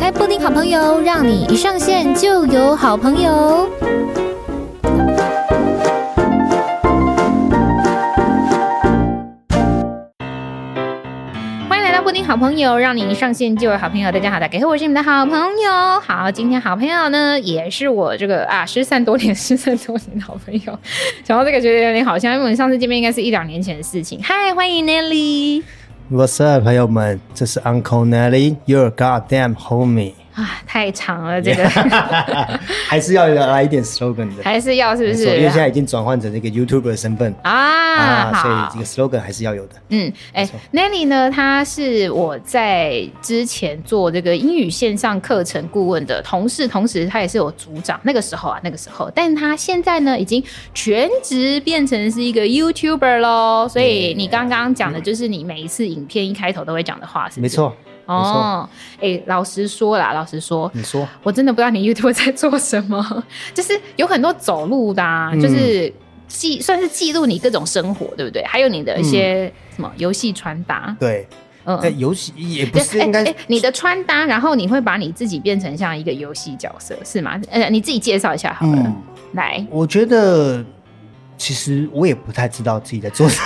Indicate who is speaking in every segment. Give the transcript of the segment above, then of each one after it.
Speaker 1: 开布丁好朋友，让你一上线就有好朋友。欢迎来到布丁好朋友，让你一上线就有好朋友。大家好，大家好，我是你们的好朋友。好，今天好朋友呢，也是我这个啊失散多年、失散多年的好朋友。 讲到这个，觉得有点好笑，因为我们上次见面应该是一两年前的事情。嗨，欢迎 Nelly。
Speaker 2: What's up，朋友们？这是 Uncle Nelly，Your goddamn homie，
Speaker 1: 啊，太长了，这个
Speaker 2: 还是要来一点 slogan 的，
Speaker 1: 还是要是
Speaker 2: 没
Speaker 1: 不
Speaker 2: 错因为现
Speaker 1: 是？
Speaker 2: 在已经转换成这个 YouTuber 的身份
Speaker 1: 啊，
Speaker 2: 所以
Speaker 1: 好
Speaker 2: 这，个 slogan 还是要有的。
Speaker 1: 嗯，哎、n e l l y 呢，她是我在之前做这个英语线上课程顾问的同事，同时她也是我组长。那个时候啊，那个时候，但她现在呢，已经全职变成是一个 YouTuber 喽。所以你刚刚讲的就是你每一次影片一开头都会讲的话，是不是
Speaker 2: 没。错，
Speaker 1: 哦，哎、老实说啦，老实说，
Speaker 2: 你说
Speaker 1: 我真的不知道你 YouTube 在做什么，就是有很多走路的、啊，
Speaker 2: 嗯
Speaker 1: 就是记算是记录你各种生活，对不对？还有你的一
Speaker 2: 嗯
Speaker 1: 些什么游戏穿搭，
Speaker 2: 对？
Speaker 1: 嗯，
Speaker 2: 那游戏也哎不是
Speaker 1: 哎
Speaker 2: 应该
Speaker 1: 哎你的穿搭，然后你会把你自己变成像一个游戏角色，是吗？呃，你自己介绍一下好了，
Speaker 2: 嗯，
Speaker 1: 来，
Speaker 2: 我觉得其实我也不太知道自己在 做什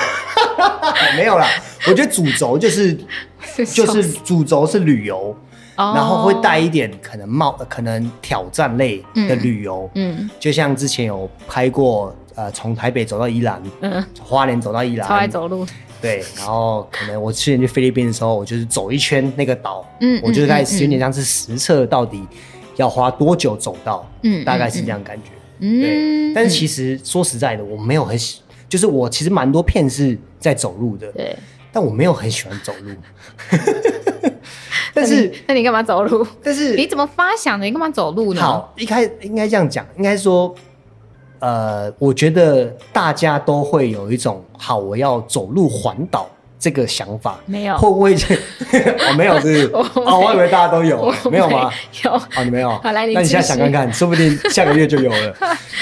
Speaker 2: 么，没有啦。我觉得主轴就是就
Speaker 1: 笑
Speaker 2: 是
Speaker 1: 死，
Speaker 2: 主轴是旅游，
Speaker 1: 哦
Speaker 2: 然后会带，一点可能冒可能挑战类的旅游，
Speaker 1: 嗯
Speaker 2: 就像之前有拍过，呃，从台北走到宜兰，
Speaker 1: 嗯，
Speaker 2: 花莲走到宜兰，
Speaker 1: 超爱走路，
Speaker 2: 对，然后可能我之前去菲律宾的时候，我就是走一圈那个岛，
Speaker 1: 嗯
Speaker 2: 我就
Speaker 1: 在
Speaker 2: 在有点像是实测到底要花多久走到，
Speaker 1: 嗯
Speaker 2: 大概是这，样感觉。
Speaker 1: 嗯，
Speaker 2: 对，但是其
Speaker 1: 实
Speaker 2: 实说实在的，我没有很喜，就是我其实蛮多片是在走路的，
Speaker 1: 对，
Speaker 2: 但我没有很喜欢走 路。但是，
Speaker 1: 那你干嘛走路？
Speaker 2: 但是
Speaker 1: 你怎么发想的？你干嘛走路呢？
Speaker 2: 好，一开应该这样讲，应该说，呃，我觉得大家都会有一种好，我要走路环岛这个想法，
Speaker 1: 没有
Speaker 2: 会不会这？ 我没有是不是
Speaker 1: 我
Speaker 2: 哦，我以为大家都有
Speaker 1: 我，
Speaker 2: 没有吗？？
Speaker 1: 有，
Speaker 2: 哦，你没有，
Speaker 1: 好来你
Speaker 2: 那你现在
Speaker 1: 继续
Speaker 2: 想看看，说不 定下个月就有了。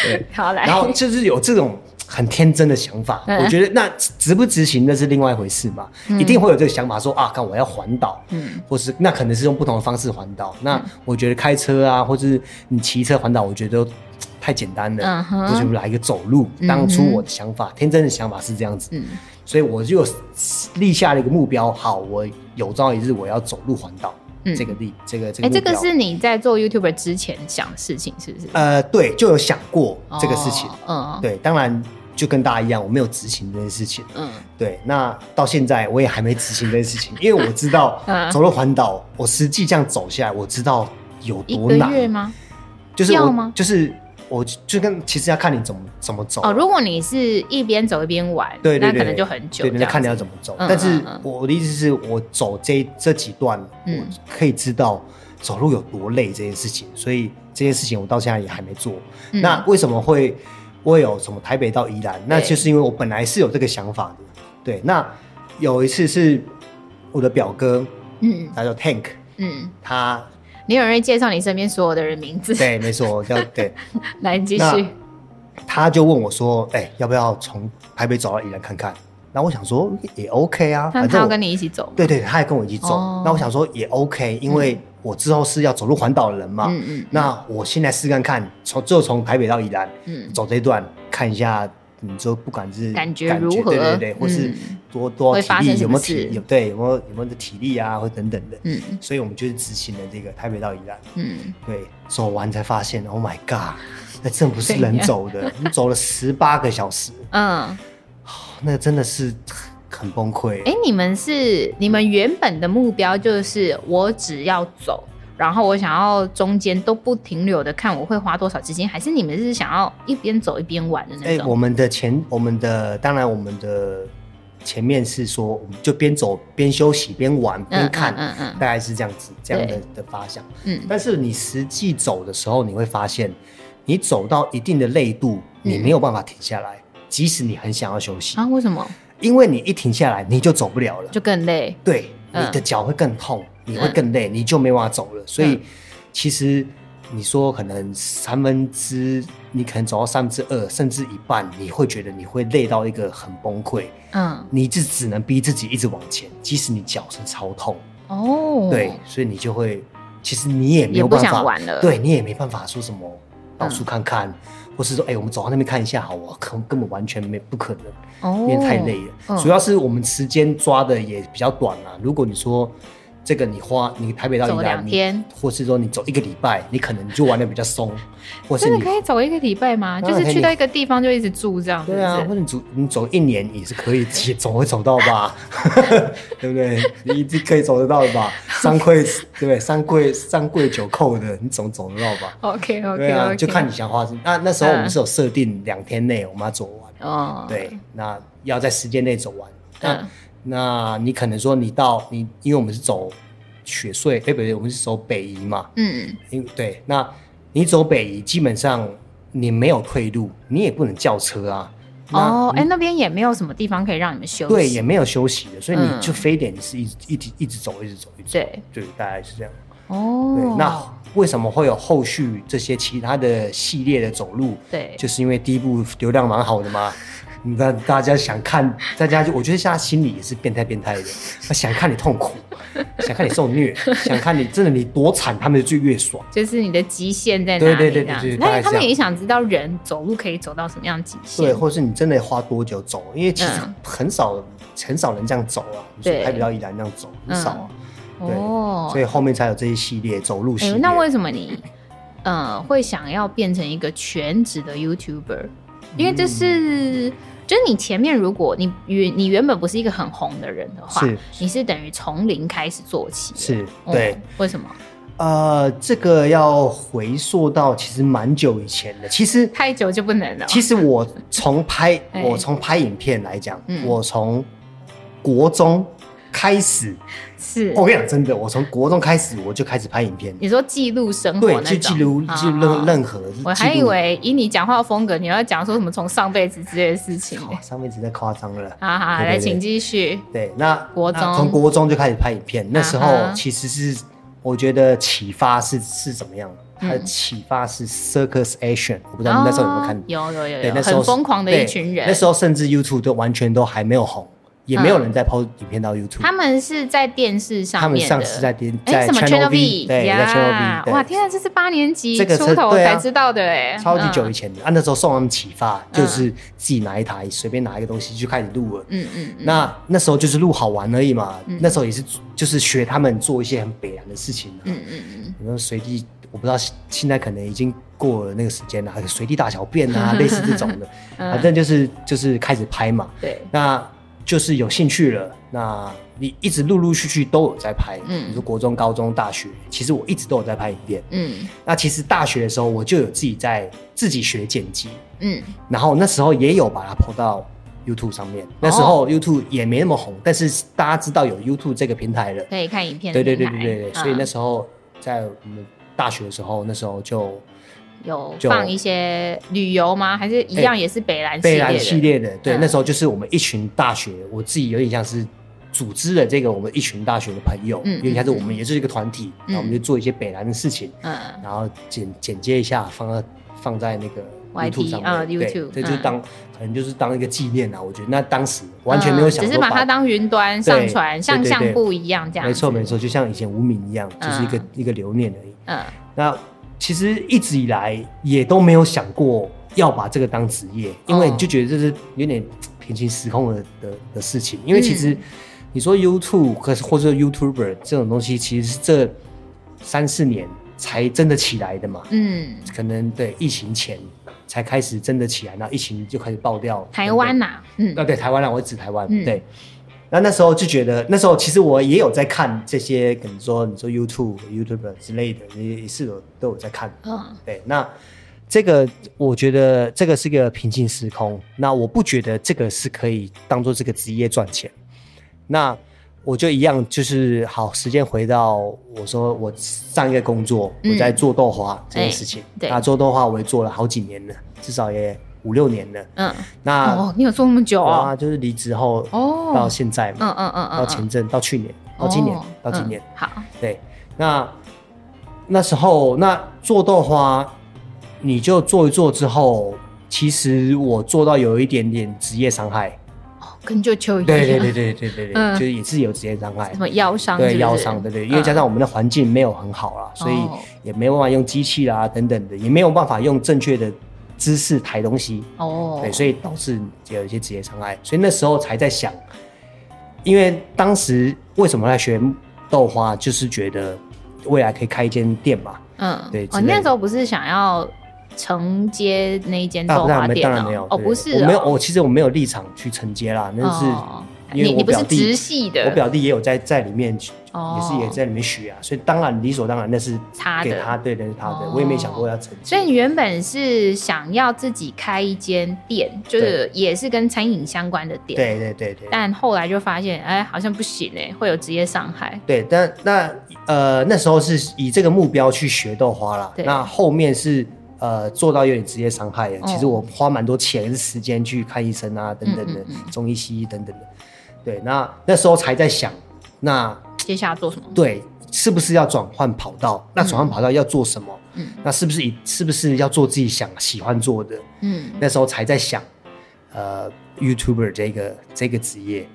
Speaker 2: 对，
Speaker 1: 好来，
Speaker 2: 然后就是有这种很天真的想法，
Speaker 1: 嗯
Speaker 2: 我觉得那执不执行那是另外一回事嘛，一定会有这个想法说啊，看我要环岛，
Speaker 1: 嗯
Speaker 2: 或是那可能是用不同的方式环岛。那我觉得开车啊，或是你骑车环岛，我觉得都太简单
Speaker 1: 嗯
Speaker 2: 了，
Speaker 1: 哼
Speaker 2: 我就来一个走路。当初我的想法，天真的想法是这样子，
Speaker 1: 嗯
Speaker 2: 所以我就立下了一个目标，好，我有朝一日我要走路环岛。
Speaker 1: 嗯
Speaker 2: 这个地，这个这
Speaker 1: 哎、
Speaker 2: 个目
Speaker 1: 这
Speaker 2: 标，
Speaker 1: 个是你在做 YouTuber 之前想的事情，是不是？
Speaker 2: 呃，对，就有想过这个事情，
Speaker 1: 哦，
Speaker 2: 对，当然就跟大家一样，我没有执行这件事情。
Speaker 1: 嗯嗯，
Speaker 2: 对，那到现在我也还没执行这件事情，因为我知道
Speaker 1: 嗯
Speaker 2: 走了环岛，我实际这样走下来，我知道有
Speaker 1: 一
Speaker 2: 多
Speaker 1: 个月
Speaker 2: 难。
Speaker 1: 吗？
Speaker 2: 就是
Speaker 1: 要
Speaker 2: 我
Speaker 1: 吗
Speaker 2: 就是我就跟其实要看你怎么怎么走。啊
Speaker 1: 哦，如果你是一边走一边玩，
Speaker 2: 对对对，
Speaker 1: 那可能就很久
Speaker 2: 对，
Speaker 1: 这样
Speaker 2: 对那
Speaker 1: 子。
Speaker 2: 看你要怎么走。
Speaker 1: 嗯
Speaker 2: 但是
Speaker 1: 嗯嗯
Speaker 2: 我的意思是我走这这几段，
Speaker 1: 嗯
Speaker 2: 我可以知道走路有多累这件事情，所以这件事情我到现在也还没做。
Speaker 1: 嗯
Speaker 2: 那为什么会会有什么台北到宜兰？那
Speaker 1: 对
Speaker 2: 就是因为我本来是有这个想法的。对，那有一次是我的表哥，
Speaker 1: 嗯
Speaker 2: 他叫 Tank，
Speaker 1: 嗯，
Speaker 2: 他
Speaker 1: 你有人会介绍你身边所有的人名字，
Speaker 2: 对，没错，叫对，
Speaker 1: 来你继
Speaker 2: 那
Speaker 1: 续。
Speaker 2: 他就问我说：“哎、要不要从台北走到宜兰看看？”那我想说也 OK 啊，
Speaker 1: 那
Speaker 2: 反
Speaker 1: 他
Speaker 2: 正
Speaker 1: 要
Speaker 2: 我
Speaker 1: 跟你一起走，
Speaker 2: 对对，他也跟我一起走。
Speaker 1: 哦
Speaker 2: 那我想说也 OK，因为我之后是要走路环岛的人嘛。
Speaker 1: 嗯嗯
Speaker 2: 那我现在试看看，从就从台北到宜兰，
Speaker 1: 嗯，
Speaker 2: 走这一段看一下，你就不管是
Speaker 1: 感觉如何
Speaker 2: 对对对，或是
Speaker 1: 嗯
Speaker 2: 多多
Speaker 1: 会
Speaker 2: 少
Speaker 1: 发
Speaker 2: 体
Speaker 1: 生
Speaker 2: 力
Speaker 1: 什
Speaker 2: 有
Speaker 1: 么
Speaker 2: 没有
Speaker 1: 事
Speaker 2: 体有对有没有有没有体力啊，或等等的。
Speaker 1: 嗯
Speaker 2: 所以我们就是执行了这个台北到宜兰，
Speaker 1: 嗯，
Speaker 2: 对，走完才发现，Oh my god，那真不是
Speaker 1: 怎
Speaker 2: 人
Speaker 1: 样
Speaker 2: 走的，我们走了十八个小时，
Speaker 1: 嗯，
Speaker 2: 那真的是很崩溃。
Speaker 1: 哎、你们是你们原本的目标就是我只要走，然后我想要中间都不停留的看我会花多少时间，还是你们是想要一边走一边玩的
Speaker 2: 哎、
Speaker 1: 那种？
Speaker 2: 我们的前，我们的当然，我们的前面是说，我们就边走边休息，边玩边看，
Speaker 1: 嗯嗯嗯
Speaker 2: 大概是这样子这样的的发想。
Speaker 1: 嗯
Speaker 2: 但是你实际走的时候，你会发现，你走到一定的累度，
Speaker 1: 嗯
Speaker 2: 你没有办法停下来，即使你很想要休息，
Speaker 1: 啊，为什么
Speaker 2: 因为你一停下来，你就走不了了。
Speaker 1: 就更累？
Speaker 2: 对，你
Speaker 1: 嗯
Speaker 2: 的脚会更痛，你会更累，你就没办法走了。所以
Speaker 1: 嗯
Speaker 2: 其实你说可能三分之，你可能走到三分之二，甚至一半，你会觉得你会累到一个很崩溃，
Speaker 1: 嗯，
Speaker 2: 你就只能逼自己一直往前，即使你脚是超痛，
Speaker 1: 哦，
Speaker 2: 对，所以你就会其实你也没
Speaker 1: 也
Speaker 2: 有
Speaker 1: 不
Speaker 2: 办
Speaker 1: 想
Speaker 2: 法，
Speaker 1: 玩了。，
Speaker 2: 对你也没办法说什么
Speaker 1: 嗯
Speaker 2: 到处看看，或是说哎、我们走到那边看一下好，我可根本完全没不可能，
Speaker 1: 哦
Speaker 2: 因为太累了。
Speaker 1: 嗯
Speaker 2: 主要是我们时间抓的也比较短了、如果你说这个你花你台北到
Speaker 1: 走
Speaker 2: 宜
Speaker 1: 两
Speaker 2: 兰，你
Speaker 1: 天，
Speaker 2: 或是说你走一个礼拜，你可能就玩的比 较松，或是
Speaker 1: 真
Speaker 2: 你
Speaker 1: 的可以走一个礼拜吗？
Speaker 2: 当
Speaker 1: 就
Speaker 2: 然
Speaker 1: 是
Speaker 2: 可
Speaker 1: 去
Speaker 2: 以
Speaker 1: 到一个地方就一直住这样，
Speaker 2: 对啊
Speaker 1: 是，不是
Speaker 2: 或者你走你走一年也是可以，也总会走到 吧， 对不对？你一定可以走得到的吧？三跪对不对？三跪三跪九叩的，你总走得到吧？
Speaker 1: OK OK OK，、
Speaker 2: 对啊，就看你想花什么。那那时候我
Speaker 1: 嗯
Speaker 2: 们是有设定两天内我们要走完，
Speaker 1: 哦，
Speaker 2: 对，那要在时间内走完。那
Speaker 1: 嗯
Speaker 2: 那你可能说你到你，因为我们是走雪隧，哎，不对，我们是走北移嘛，
Speaker 1: 嗯，
Speaker 2: 因为对，那你走北移基本上你没有退路，你也不能叫车啊。那
Speaker 1: 哦，哎、那边也没有什么地方可以让你们休息，
Speaker 2: 对，也没有休息的，所以
Speaker 1: 嗯
Speaker 2: 你就非得你是一直一直一直走，一直走，一直走
Speaker 1: 对，
Speaker 2: 对，大概是这样。
Speaker 1: 哦，
Speaker 2: 对，那为什么会有后续这些其他的系列的走路？
Speaker 1: 对，
Speaker 2: 就是因为第一部流量蛮好的嘛，那大家想看，大家就我觉得现在心里也是变态变态的，他想看你痛苦，想看你受虐，想看你真的你多惨，他们就越爽。
Speaker 1: 就是你的极限在哪
Speaker 2: 对
Speaker 1: 里？
Speaker 2: 对对对
Speaker 1: 这样
Speaker 2: 对
Speaker 1: 子
Speaker 2: 对大
Speaker 1: 那
Speaker 2: 概
Speaker 1: 他们
Speaker 2: 是这样
Speaker 1: 也想知道人走路可以走到什么样的极限。
Speaker 2: 对，或者是你真的花多久走？因为其实
Speaker 1: 嗯
Speaker 2: 很少、很少人这样走啊，你
Speaker 1: 对嗯
Speaker 2: 说台北到宜兰这样走很少啊。对
Speaker 1: 哦
Speaker 2: 所以后面才有这一系列走路系
Speaker 1: 哎、
Speaker 2: 列。
Speaker 1: 那为什么你呃会想要变成一个全职的 YouTuber？因为这
Speaker 2: 嗯
Speaker 1: 是、就是你前面如果你原你原本不是一个很红的人的话，
Speaker 2: 是
Speaker 1: 你是等于从零开始做起。
Speaker 2: 是
Speaker 1: 嗯
Speaker 2: 对，
Speaker 1: 为什么？
Speaker 2: 呃，这个要回溯到其实蛮久以前的。其实，
Speaker 1: 太久就不能了。
Speaker 2: 其实我从拍
Speaker 1: 哎
Speaker 2: 我从拍影片来讲，
Speaker 1: 嗯
Speaker 2: 我从国中开始，
Speaker 1: 是、
Speaker 2: 我跟你讲真的，我从国中开始我就开始拍影片，
Speaker 1: 你说记录生活
Speaker 2: 对
Speaker 1: 嗯那，种，
Speaker 2: 去记录
Speaker 1: 啊
Speaker 2: 记录任任何记录。
Speaker 1: 我还以为以你讲话的风格，你要讲说什么从上辈子之类的事情呢
Speaker 2: 哇，哦上面一直在夸张了。
Speaker 1: 好好，
Speaker 2: 对对
Speaker 1: 来，
Speaker 2: 对
Speaker 1: 请继续。
Speaker 2: 对，那
Speaker 1: 国
Speaker 2: 那
Speaker 1: 中
Speaker 2: 从国中就开始拍影片，那时
Speaker 1: 啊
Speaker 2: 候
Speaker 1: 哈
Speaker 2: 其实是我觉得启发是是怎么样？它的
Speaker 1: 嗯
Speaker 2: 启发是 Circus Action，我不知道你那时候有没有看？
Speaker 1: 哦有有有
Speaker 2: 对，
Speaker 1: 有，
Speaker 2: 那时候
Speaker 1: 很
Speaker 2: 是
Speaker 1: 疯狂的一
Speaker 2: 对
Speaker 1: 群人。
Speaker 2: 那时候甚至 YouTube 都完全都还没有红，也没有人在 PO 影片到 YouTube。
Speaker 1: 他们是在电视上
Speaker 2: 他们
Speaker 1: 面的，
Speaker 2: 上次在电
Speaker 1: 哎
Speaker 2: 在
Speaker 1: 什么
Speaker 2: Channel
Speaker 1: V，
Speaker 2: V，对，在 Channel
Speaker 1: 呀
Speaker 2: V，，对
Speaker 1: 哇，天啊，这是八年级
Speaker 2: 这个
Speaker 1: 出
Speaker 2: 是
Speaker 1: 头
Speaker 2: 对啊
Speaker 1: 才知道的哎，
Speaker 2: 超级
Speaker 1: 嗯
Speaker 2: 久以，前的啊，那时候受他们启发，
Speaker 1: 嗯
Speaker 2: 就是自己拿一台随便拿一个东西就开始录了。
Speaker 1: 嗯嗯嗯，
Speaker 2: 那那时候就是录好玩而已嘛，那时候也是就是学他们做一些很北然的事情、啊，
Speaker 1: 嗯嗯嗯，
Speaker 2: 比如说随地，我不知道现在可能已经过了那个时间了，还有随地大小便 啊，类似这种的，
Speaker 1: 嗯
Speaker 2: 反正就是就是开始拍嘛，
Speaker 1: 对，
Speaker 2: 那就是有兴趣了，那你一直陆陆续续都有在拍，
Speaker 1: 嗯
Speaker 2: 嗯，比如说国中、高中、大学，其实我一直都有在拍影片。
Speaker 1: 嗯
Speaker 2: 那其实大学的时候我就有自己在自己学剪辑，
Speaker 1: 嗯，
Speaker 2: 然后那时候也有把它 PO 到 YouTube 上
Speaker 1: 哦
Speaker 2: 面，那时候 YouTube 也没那么红，但是大家知道有 YouTube 这个平台了，
Speaker 1: 可以看影片的
Speaker 2: 对
Speaker 1: 平
Speaker 2: 对
Speaker 1: 台，嗯
Speaker 2: 对对对对，所以那时候在我们大学的时候，那时候就
Speaker 1: 嗯有
Speaker 2: 就
Speaker 1: 放一些旅游吗？还是一样也是北兰
Speaker 2: 贝兰
Speaker 1: 系
Speaker 2: 系
Speaker 1: 列
Speaker 2: 列的，对，
Speaker 1: 嗯
Speaker 2: 那时候就是我们一群大学，我自己有点像是组织了这个我们一群大学的朋友，
Speaker 1: 嗯
Speaker 2: 有点像是我们也是一个团体，
Speaker 1: 嗯
Speaker 2: 然后我们就做一些北兰的事情，
Speaker 1: 的？嗯，
Speaker 2: 然后剪剪接一下，放到放在那个
Speaker 1: YT
Speaker 2: YouTube 上面，
Speaker 1: 啊
Speaker 2: 对
Speaker 1: YouTube，
Speaker 2: 这就是
Speaker 1: 嗯
Speaker 2: 当、可能就是当一个纪念啊，我觉得那当时完全没有
Speaker 1: 嗯
Speaker 2: 想说，
Speaker 1: 只是把它当云端上传，
Speaker 2: 对
Speaker 1: 像
Speaker 2: 对对
Speaker 1: 相
Speaker 2: 对
Speaker 1: 簿一样这样。
Speaker 2: 没错没，错，就像以前无名一样，就是一个、
Speaker 1: 嗯
Speaker 2: 一个留念而已。
Speaker 1: 嗯
Speaker 2: 那其实一直以来也都没有想过要把这个当职业，因为
Speaker 1: 哦
Speaker 2: 你就觉得这是有点平行时空的的的事情。因为其
Speaker 1: 嗯
Speaker 2: 实你说 YouTube 可是或者说 YouTuber 这种东西，其实是这三四年才真的起来的嘛。
Speaker 1: 嗯，
Speaker 2: 可能对疫情前才开始真的起来，然后疫情就开始爆掉。
Speaker 1: 台湾
Speaker 2: 呐、
Speaker 1: 呐、嗯
Speaker 2: 啊，对台湾啦，我指台湾。
Speaker 1: 嗯
Speaker 2: 对，那那时候就觉得，那时候其实我也有在看这些，可能说你说 YouTube、YouTuber 之类的，也也是有都有在看。
Speaker 1: 嗯
Speaker 2: 对，那这个我觉得这个是个平行时空，那我不觉得这个是可以当做这个职业赚钱。那我就一样，就是好时间回到我说我上一个工作，
Speaker 1: 嗯
Speaker 2: 我在做豆花这件事情。
Speaker 1: 哎对
Speaker 2: 那做豆花我也做了好几年了，至少也五六年了。
Speaker 1: 嗯，
Speaker 2: 那、
Speaker 1: 哦，你有做那么久
Speaker 2: 啊，
Speaker 1: 哦？
Speaker 2: 就是离职后
Speaker 1: 哦
Speaker 2: 到现在嘛，
Speaker 1: 嗯嗯嗯嗯，
Speaker 2: 到前阵到去年到今年
Speaker 1: 哦
Speaker 2: 到今年，
Speaker 1: 嗯好，
Speaker 2: 对，那那时候那做豆花，你就做一做之后，其实我做到有一点点职业伤害，
Speaker 1: 跟就秋一样，
Speaker 2: 对对对对对对对，
Speaker 1: 嗯
Speaker 2: 就是也是有职业障碍
Speaker 1: 什，么腰伤是不
Speaker 2: 对
Speaker 1: 是，嗯
Speaker 2: 腰伤，对对，因为加上我们的环境没有很好啦，所以
Speaker 1: 哦
Speaker 2: 也没办法用机器啦等等的，也没有办法用正确的姿势抬东西，
Speaker 1: 嗯哦，
Speaker 2: 对，所以导致有一些职业伤害，所以那时候才在想，因为当时为什么来学豆花，就是觉得未来可以开一间店嘛，
Speaker 1: 嗯，
Speaker 2: 对
Speaker 1: 哦，
Speaker 2: 之类的
Speaker 1: 那时候不是想要承接那一间
Speaker 2: 啊
Speaker 1: 豆
Speaker 2: 当
Speaker 1: 花
Speaker 2: 然没
Speaker 1: 店
Speaker 2: 当
Speaker 1: 哦
Speaker 2: 然没有，
Speaker 1: 哦，
Speaker 2: 对
Speaker 1: 不是哦，
Speaker 2: 我没有，我其实我没有立场去承接啦，那是
Speaker 1: 哦
Speaker 2: 因为
Speaker 1: 你
Speaker 2: 我
Speaker 1: 你不
Speaker 2: 表
Speaker 1: 是
Speaker 2: 弟
Speaker 1: 直系的，
Speaker 2: 我表弟也有在在里面，
Speaker 1: 哦
Speaker 2: 也是也在里面学啊，所以当然理所当然那是
Speaker 1: 他的
Speaker 2: 给他对，那是他的
Speaker 1: 哦，
Speaker 2: 我也没想过要承接。
Speaker 1: 所以你原本是想要自己开一间店，就是也是跟餐饮相关的店，，
Speaker 2: 对对对对
Speaker 1: 但后来就发现，哎，好像不行哎，会有职业伤害，
Speaker 2: 对，但那呃那时候是以这个目标去学豆花啦，
Speaker 1: 对
Speaker 2: 那后面是。呃，做到有点职业伤害了。
Speaker 1: 哦
Speaker 2: 其实我花蛮多钱、时间去看医生啊，等等的
Speaker 1: 嗯嗯嗯
Speaker 2: 中医、西医等等的。对，那那时候才在想，那
Speaker 1: 接下来做什么？
Speaker 2: 对，是不是要转换跑道？那转换跑道要做什么？
Speaker 1: 嗯
Speaker 2: 那是不是以是不是要做自己想喜欢做的？
Speaker 1: 嗯，
Speaker 2: 那时候才在想，呃，YouTuber 这个这个职业，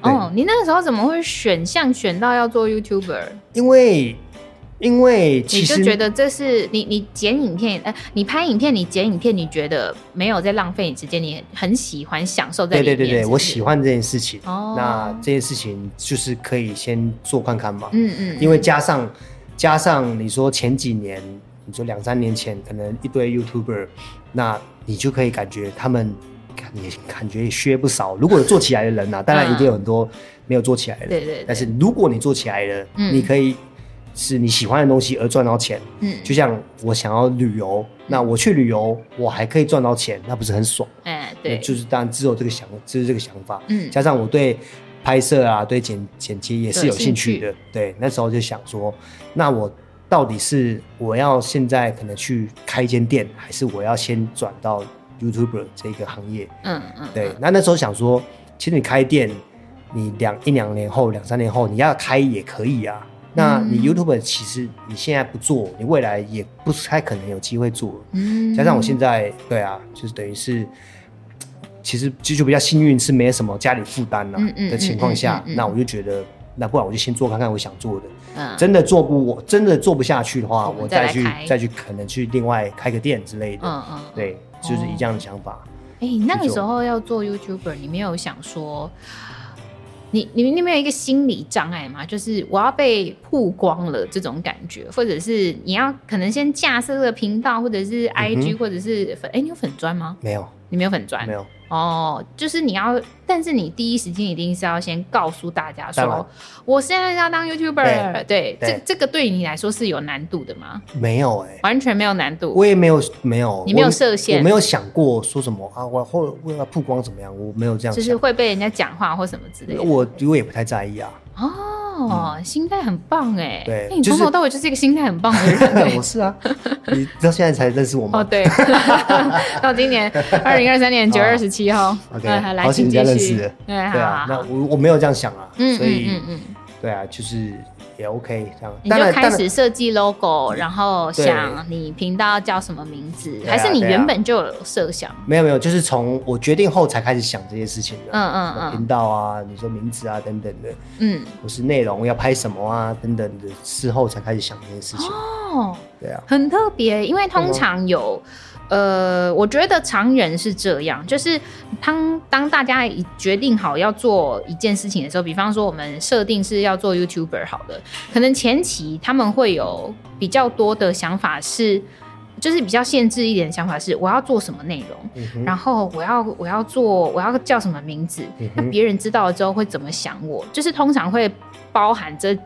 Speaker 2: 对，
Speaker 1: 哦，你那个时候怎么会选项选到要做 YouTuber？
Speaker 2: 因为因为
Speaker 1: 你
Speaker 2: 其
Speaker 1: 就
Speaker 2: 实
Speaker 1: 觉得这是你你剪影片，呃，你拍影片，你剪影片，你觉得没有在浪费你时间，你很喜欢享受在
Speaker 2: 对
Speaker 1: 里面。
Speaker 2: 对对对，
Speaker 1: 是不是
Speaker 2: 我喜。欢这件事情。
Speaker 1: 哦
Speaker 2: 那这件事情就是可以先做看看嘛，
Speaker 1: 嗯嗯，
Speaker 2: 因
Speaker 1: 为
Speaker 2: 为加上加上你说前几年，你说两三年前，可能一堆 YouTuber，那你就可以感觉他们感也感觉也削不少。如果有做起来的人呐、啊当然一定有很多没有做起来的人，
Speaker 1: 嗯对对对
Speaker 2: 但是如果你做起来了，
Speaker 1: 嗯
Speaker 2: 你可以是你喜欢的东西而赚到钱。
Speaker 1: 嗯，
Speaker 2: 就像我想要旅游，那我去旅游，我还可以赚到钱，那不是很爽？
Speaker 1: 哎对，
Speaker 2: 就是当然只有这个想，就是这个想法。
Speaker 1: 嗯
Speaker 2: 加上我对拍摄啊，对剪剪辑也是有兴趣的。对，那时候就想说，那我到底是我要现在可能去开一间店，还是我要先转到 YouTuber 这个行业？
Speaker 1: 嗯嗯，
Speaker 2: 对，那那时候想说，其实你开店，你两一两年后、两三年后你要开也可以啊。那你
Speaker 1: 嗯
Speaker 2: YouTuber 其实你现在不做，你未来也不太可能有机会做了。
Speaker 1: 嗯，
Speaker 2: 加上我现在，对啊，就是等于是，其实其实就比较幸运，是没什么家里负担了
Speaker 1: 嗯嗯
Speaker 2: 的情况下，
Speaker 1: 嗯嗯嗯嗯
Speaker 2: 那我就觉得，那不然我就先做看看我想做的。
Speaker 1: 嗯
Speaker 2: 真的做不，我真的做不下去的话，
Speaker 1: 我们
Speaker 2: 我
Speaker 1: 再
Speaker 2: 再
Speaker 1: 来
Speaker 2: 去
Speaker 1: 开
Speaker 2: 再去可能去另外开个店之类的。
Speaker 1: 嗯嗯，嗯。
Speaker 2: 对，就是以这样的想法。
Speaker 1: 哎，你那个
Speaker 2: 去做
Speaker 1: 时候要做 YouTuber，你没有想说，你你你没有一个心理障碍吗？就是我要被曝光了这种感觉，或者是你要可能先架设这个频道，或者
Speaker 2: 嗯
Speaker 1: 是 IG，、或者是粉，哎，你有粉砖吗？
Speaker 2: 没有，
Speaker 1: 你没有粉砖
Speaker 2: 没，有，
Speaker 1: 哦，就是你要，但是你第一时间一定是要先告诉大家
Speaker 2: 当然
Speaker 1: 说，我现在要当 YouTuber，对，
Speaker 2: 对
Speaker 1: 这这个对你来说是有难度的吗？
Speaker 2: 没有哎、
Speaker 1: 完全没有难度，
Speaker 2: 我也没有，没有，
Speaker 1: 你没有
Speaker 2: 我
Speaker 1: 设限
Speaker 2: 我没有想过说什么啊，我后为了曝光怎么样，我没有这样
Speaker 1: 就是
Speaker 2: 想，
Speaker 1: 会被人家讲话或什么之类的。
Speaker 2: 我我也不太在意啊，
Speaker 1: 哦，心态很棒哎，
Speaker 2: 对
Speaker 1: 那你
Speaker 2: 就
Speaker 1: 从
Speaker 2: 是
Speaker 1: 头到尾就是一个心态很棒的人哎。
Speaker 2: 我是啊，你到现在才认识我吗？
Speaker 1: 哦，对， 到今 年二零二三年九月二十七号
Speaker 2: OK，
Speaker 1: 嗯来，
Speaker 2: 好
Speaker 1: 请
Speaker 2: 险人家
Speaker 1: 继续
Speaker 2: 认识的。
Speaker 1: 对
Speaker 2: 对啊
Speaker 1: 好，
Speaker 2: 那
Speaker 1: 好
Speaker 2: 我我没有这样想啊，
Speaker 1: 嗯
Speaker 2: 所以
Speaker 1: 嗯嗯嗯，
Speaker 2: 对啊，就是也 OK 这样。
Speaker 1: 你就
Speaker 2: 当然，
Speaker 1: 开
Speaker 2: 当然
Speaker 1: 始设计 logo，然后
Speaker 2: 对
Speaker 1: 想你频道叫什么名字，
Speaker 2: 对啊
Speaker 1: 还是你
Speaker 2: 对啊
Speaker 1: 原本就有设想？
Speaker 2: 没有没有，就是从我决定后才开始想这些事情的。
Speaker 1: 嗯嗯嗯
Speaker 2: 频道啊，你说名字啊等等的，
Speaker 1: 嗯，
Speaker 2: 或是内容要拍什么啊等等的，事后才开始想这些事情。
Speaker 1: 哦，
Speaker 2: 对啊，
Speaker 1: 很特别，因为通
Speaker 2: 对吗
Speaker 1: 常有，呃，我觉得常人是这样，就是当当大家已决定好要做一件事情的时候，比方说我们设定是要做 YouTuber 好了，可能前期他们会有比较多的想法是。就是比较限制一点的想法是，我要做什么内容，
Speaker 2: 嗯哼，
Speaker 1: 然后我要我要做我要叫什么名字，
Speaker 2: 嗯
Speaker 1: 那
Speaker 2: 哼，
Speaker 1: 别人知道了之后会怎么想我？就是通常会包含这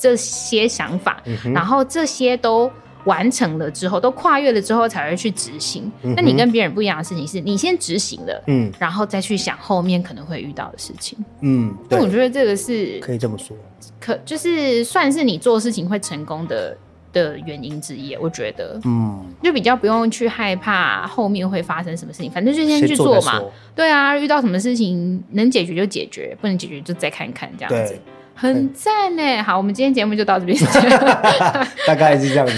Speaker 1: 这些想法，
Speaker 2: 嗯
Speaker 1: 然
Speaker 2: 哼，
Speaker 1: 后这些都完成了之后，都跨越了之后才会去执行。
Speaker 2: 嗯哼
Speaker 1: 那你跟别人不一样的事情是，你先执行了，
Speaker 2: 嗯
Speaker 1: 然后再去想后面可能会遇到的事情。
Speaker 2: 嗯，
Speaker 1: 那我
Speaker 2: 对，
Speaker 1: 觉得这个是
Speaker 2: 可以这么说。
Speaker 1: 可就是算是你做事情会成功的的原因之一，我觉得。
Speaker 2: 嗯，
Speaker 1: 就比较不用去害怕后面会发生什么事情，反正就先去
Speaker 2: 做再
Speaker 1: 嘛。
Speaker 2: 说
Speaker 1: 对啊，遇到什么事情能解决就解决，不能解决就再看看这样子欸
Speaker 2: 对。，
Speaker 1: 很赞呢，好，我们今天节目就到这边。
Speaker 2: 大概是这样子。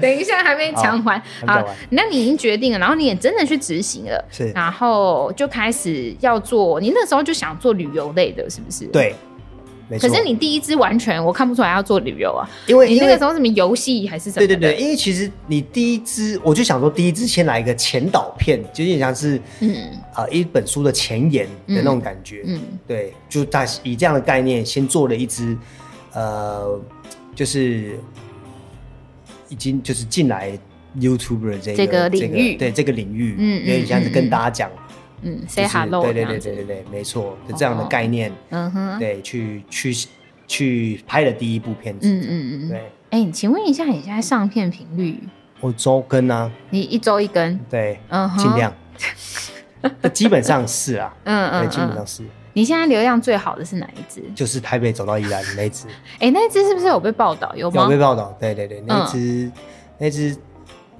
Speaker 1: 等一下还没讲完。
Speaker 2: 还没
Speaker 1: 好
Speaker 2: 讲完，
Speaker 1: 那你已经决定了，然后你也真的去执行了，
Speaker 2: 是
Speaker 1: 然后就开始要做。你那时候就想做旅游类的，是不是？。
Speaker 2: 对，没
Speaker 1: 可
Speaker 2: 错。
Speaker 1: 是你第一支完全我看不出来要做旅游啊，
Speaker 2: 因为
Speaker 1: 你
Speaker 2: 因
Speaker 1: 那
Speaker 2: 为
Speaker 1: 个时候什么游戏还是什么？
Speaker 2: 对对对，，因为其实你第一支，我就想说第一支先来一个前导片，就有点像是
Speaker 1: 嗯
Speaker 2: 啊、呃一本书的前言的那种感觉。
Speaker 1: 嗯
Speaker 2: 对，就大以这样的概念先做了一支，呃，就是已经就是进来 YouTuber
Speaker 1: 这
Speaker 2: 这个
Speaker 1: 个领域
Speaker 2: 对这个领域，
Speaker 1: 嗯
Speaker 2: 嗯，
Speaker 1: 嗯
Speaker 2: 有点像是跟大家讲、
Speaker 1: 嗯
Speaker 2: 就
Speaker 1: ，say
Speaker 2: 是
Speaker 1: hello
Speaker 2: 对
Speaker 1: 这
Speaker 2: 对
Speaker 1: 样
Speaker 2: 对对对
Speaker 1: 子，
Speaker 2: 对，没错，就这样的概念，
Speaker 1: 嗯哼，
Speaker 2: 对，去去去拍的第一部片子，
Speaker 1: 嗯嗯嗯。
Speaker 2: 对，
Speaker 1: 哎、你请问一下，你现在上片频率？
Speaker 2: 我周更啊，
Speaker 1: 你一周一根？
Speaker 2: 对，
Speaker 1: 嗯哼，
Speaker 2: 尽 量，基本上是啊，
Speaker 1: 嗯
Speaker 2: 对，
Speaker 1: 嗯
Speaker 2: 基本
Speaker 1: 嗯。
Speaker 2: 上是，
Speaker 1: 你现在流量最好的是哪一支？
Speaker 2: 就是台北走到宜兰的那一支。
Speaker 1: 哎、那一支是不是有被报道？有吗？
Speaker 2: 有被报道，对对对，那
Speaker 1: 嗯
Speaker 2: 只、那只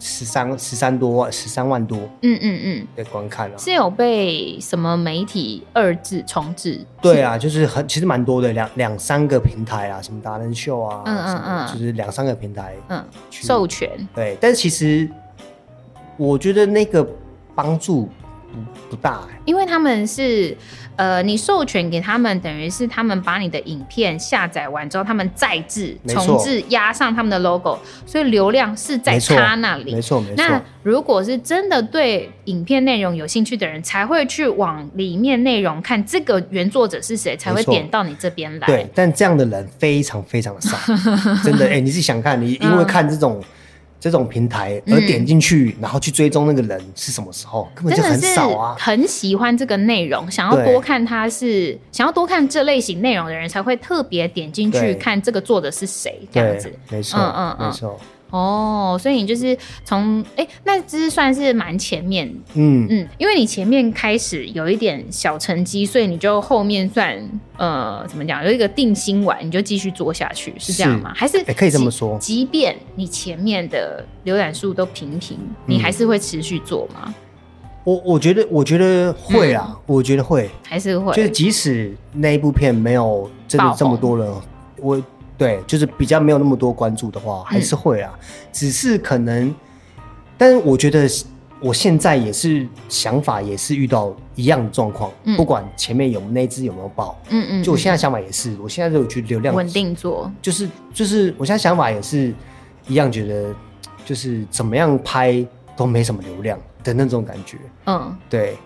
Speaker 2: 十三十三多万十三万多
Speaker 1: 嗯嗯嗯，
Speaker 2: 的观看啊，
Speaker 1: 是有被什么媒体二字重置？
Speaker 2: 对啊，就是很其实蛮多的，两两三个平台啊，什么达人秀啊，
Speaker 1: 嗯嗯
Speaker 2: 什么
Speaker 1: 嗯
Speaker 2: 就是两三个平台，
Speaker 1: 嗯，
Speaker 2: 去
Speaker 1: 授权。
Speaker 2: 对，但其实我觉得那个帮助不不大、欸，
Speaker 1: 因为他们是，呃，你授权给他们，等于是他们把你的影片下载完之后，他们再制、
Speaker 2: 没错
Speaker 1: 重置、压上他们的 logo，所以流量是在
Speaker 2: 没错
Speaker 1: 他那里
Speaker 2: 没。错没错
Speaker 1: 那，如果是真的对影片内容有兴趣的人，才会去往里面内容看这个原作者是谁，才会
Speaker 2: 没错
Speaker 1: 点到你这边来。
Speaker 2: 对，但这样的人非常非常的 少，真的，哎、你自己想看，你
Speaker 1: 嗯
Speaker 2: 因为看这种。这种平台而点进去，然后去追踪那个人是什么时候，根本
Speaker 1: 真
Speaker 2: 就
Speaker 1: 的
Speaker 2: 很
Speaker 1: 是
Speaker 2: 少啊。
Speaker 1: 很喜欢这个内容，想要
Speaker 2: 对
Speaker 1: 多看它是想要多看这类型内容的人，才会特别点进去
Speaker 2: 对
Speaker 1: 看这个作者是谁这
Speaker 2: 对，
Speaker 1: 样子。
Speaker 2: 没错，
Speaker 1: 嗯嗯嗯
Speaker 2: 没错，
Speaker 1: 哦，所以你就是从哎、那只算是蛮前面，
Speaker 2: 嗯，
Speaker 1: 嗯，因为你前面开始有一点小成绩，所以你就后面算呃怎么讲，有一个定心丸，你就继续做下去，是这样吗？还是、
Speaker 2: 哎可以这么说
Speaker 1: 即便你前面的浏览数都平平，
Speaker 2: 嗯
Speaker 1: 你还是会持续做吗？
Speaker 2: 我我觉得我觉得会啊，
Speaker 1: 嗯
Speaker 2: 我觉得会，
Speaker 1: 还是会？嗯
Speaker 2: 就是即使那一部片没有真
Speaker 1: 爆
Speaker 2: 的
Speaker 1: 红
Speaker 2: 这么多人，我对就是比较没有那么多关注的话，还是会
Speaker 1: 嗯
Speaker 2: 啊，只是可能，但是我觉得。我现在也是想法，也是遇到一样的状况，
Speaker 1: 嗯
Speaker 2: 不管前面有那只有没有爆，
Speaker 1: 嗯嗯，
Speaker 2: 就我现在想法也是，我现在就觉得流量
Speaker 1: 稳定做，
Speaker 2: 就是就是我现在想法也是一样，觉得就是怎么样拍都没什么流量的那种感觉。
Speaker 1: 嗯，
Speaker 2: 对，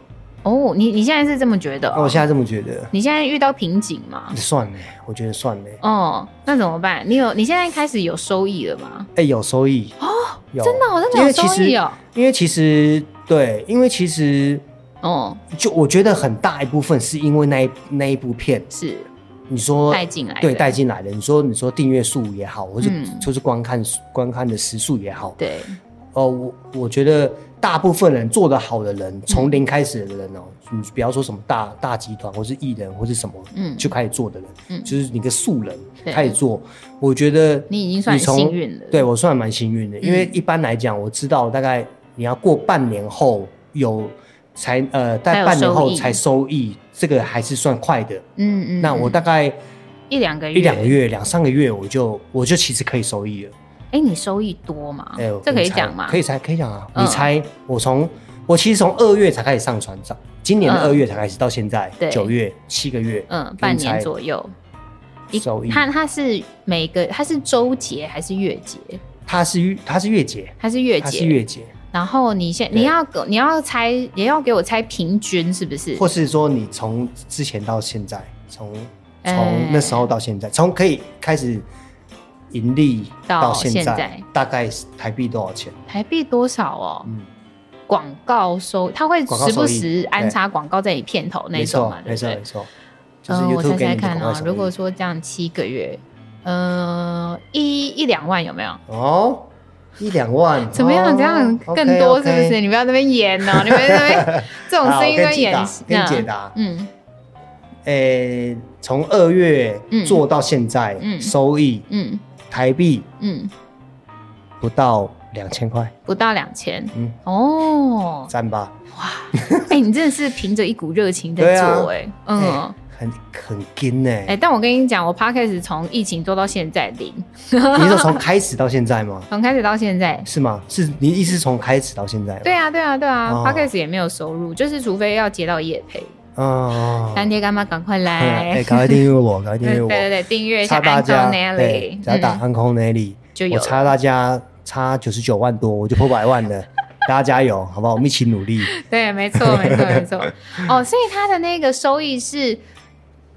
Speaker 1: 哦，你你现在是这么觉得、
Speaker 2: 那
Speaker 1: 哦？
Speaker 2: 我现在这嗯么觉得，
Speaker 1: 你现在遇到瓶颈吗？
Speaker 2: 算了，我觉得算了。
Speaker 1: 哦，那怎么办？你有你现在开始有收益了吗？
Speaker 2: 哎、有收益哦，有
Speaker 1: 真的哦、真的
Speaker 2: 因
Speaker 1: 有
Speaker 2: 为其
Speaker 1: 收
Speaker 2: 实
Speaker 1: 益哦、
Speaker 2: 因为其实对，因为其实
Speaker 1: 哦，
Speaker 2: 就我觉得很大一部分是因为那一那一部片，
Speaker 1: 是
Speaker 2: 你说
Speaker 1: 带进来的
Speaker 2: 对带进来的，你说你说订阅数也好，或者
Speaker 1: 嗯
Speaker 2: 就是观看、观看的时数也好，
Speaker 1: 对，
Speaker 2: 哦，我我觉得大部分人做得好的
Speaker 1: 嗯
Speaker 2: 人，从零开始的人哦，你不要说什么大大集团或是艺人或是什么，
Speaker 1: 嗯
Speaker 2: 就开始做的人，
Speaker 1: 嗯
Speaker 2: 就是你个素人
Speaker 1: 对
Speaker 2: 开始做，我觉得
Speaker 1: 你嗯已经算很
Speaker 2: 从
Speaker 1: 幸运了
Speaker 2: 对我算蛮幸运的，因为一般来讲，我知道大概你要过半年后有才呃，
Speaker 1: 才
Speaker 2: 在
Speaker 1: 有
Speaker 2: 半年
Speaker 1: 收
Speaker 2: 后
Speaker 1: 益
Speaker 2: 才收益，这个还是算快的。
Speaker 1: 嗯嗯。
Speaker 2: 那我大概
Speaker 1: 一两个月，
Speaker 2: 一两个，月、两三个月，我就我就其实可以收益了。
Speaker 1: 哎，你收益多吗？
Speaker 2: 哎、
Speaker 1: 这
Speaker 2: 我
Speaker 1: 可以
Speaker 2: 猜
Speaker 1: 讲吗？
Speaker 2: 可以猜，可以讲啊。
Speaker 1: 嗯
Speaker 2: 你猜，我从我其实从二月才开始上传，上今年的
Speaker 1: 嗯
Speaker 2: 二月才开始，到现在
Speaker 1: 对
Speaker 2: 九月七个月，
Speaker 1: 嗯，
Speaker 2: 你
Speaker 1: 半年
Speaker 2: 猜
Speaker 1: 左右。一
Speaker 2: 收益
Speaker 1: 它它是每个它是周结还是月结？
Speaker 2: 它是月它是月结，
Speaker 1: 它是月
Speaker 2: 它
Speaker 1: 结。
Speaker 2: 是月结，
Speaker 1: 然后你现
Speaker 2: 对
Speaker 1: 你要给你要猜，也要给我猜平均是不是？
Speaker 2: 或是说你从之前到现在，从
Speaker 1: 哎
Speaker 2: 从那时候到现在，从可以开始盈利
Speaker 1: 到
Speaker 2: 到现在，
Speaker 1: 现在
Speaker 2: 大概是台币多少钱？
Speaker 1: 台币多少哦？
Speaker 2: 嗯，
Speaker 1: 广告收，它会
Speaker 2: 广告
Speaker 1: 时不
Speaker 2: 收益
Speaker 1: 时安
Speaker 2: 对
Speaker 1: 插广告在你片头那
Speaker 2: 没
Speaker 1: 种
Speaker 2: 错
Speaker 1: 嘛，，对
Speaker 2: 没
Speaker 1: 不
Speaker 2: 错，
Speaker 1: 对
Speaker 2: 没？错，就是
Speaker 1: 嗯，我
Speaker 2: YouTube
Speaker 1: 猜
Speaker 2: 给
Speaker 1: 猜
Speaker 2: 你的
Speaker 1: 看
Speaker 2: 广告
Speaker 1: 啊，
Speaker 2: 收益
Speaker 1: 如果说这样七个月，嗯，一一两万有没有？
Speaker 2: 哦一两万，
Speaker 1: 怎么样？
Speaker 2: 哦
Speaker 1: 这样更
Speaker 2: OK，
Speaker 1: 多是
Speaker 2: OK
Speaker 1: 不是？你不要在那边演哦，你们在那边这种
Speaker 2: 好
Speaker 1: 声音
Speaker 2: 啊我
Speaker 1: 跟
Speaker 2: 跟解
Speaker 1: 演
Speaker 2: 答，
Speaker 1: 戏
Speaker 2: 跟你
Speaker 1: 嗯
Speaker 2: 解答。
Speaker 1: 嗯，
Speaker 2: 诶、从二月
Speaker 1: 嗯
Speaker 2: 做到现在，
Speaker 1: 嗯
Speaker 2: 收益
Speaker 1: 嗯
Speaker 2: 台币
Speaker 1: 嗯，
Speaker 2: 不到两千块，
Speaker 1: 不到两千。
Speaker 2: 嗯
Speaker 1: 哦，
Speaker 2: 赞吧？
Speaker 1: 哎，你真的是凭着一股热情在
Speaker 2: 对啊
Speaker 1: 做哎，
Speaker 2: 哎
Speaker 1: 嗯，
Speaker 2: 很很紧呢、
Speaker 1: 哎、但我跟你讲，我 podcast 从疫情做到现在零，
Speaker 2: 你 是从开始到现在吗？
Speaker 1: 从开始到现在。
Speaker 2: 是吗？是你意思是从开始到现在吗？
Speaker 1: 对啊，对啊，对啊、
Speaker 2: 哦
Speaker 1: p o d c a s t 也没有收入，就是除非要接到业配，
Speaker 2: 嗯，哦
Speaker 1: 干爹干妈赶快
Speaker 2: 哎、
Speaker 1: 来，
Speaker 2: 赶快订阅我，赶快订
Speaker 1: 对
Speaker 2: 阅 我，
Speaker 1: 对对，订阅一下
Speaker 2: 差
Speaker 1: Uncle
Speaker 2: 大家，
Speaker 1: Nelly，
Speaker 2: 对，只要打
Speaker 1: 嗯
Speaker 2: Uncle Nelly，、
Speaker 1: 就有
Speaker 2: 我
Speaker 1: 了
Speaker 2: 差大家差九十九万多，我就破百万了，大家加油，好不好？我们一起努力。
Speaker 1: 对，没 错，没错，没错。哦，所以它的那个收益是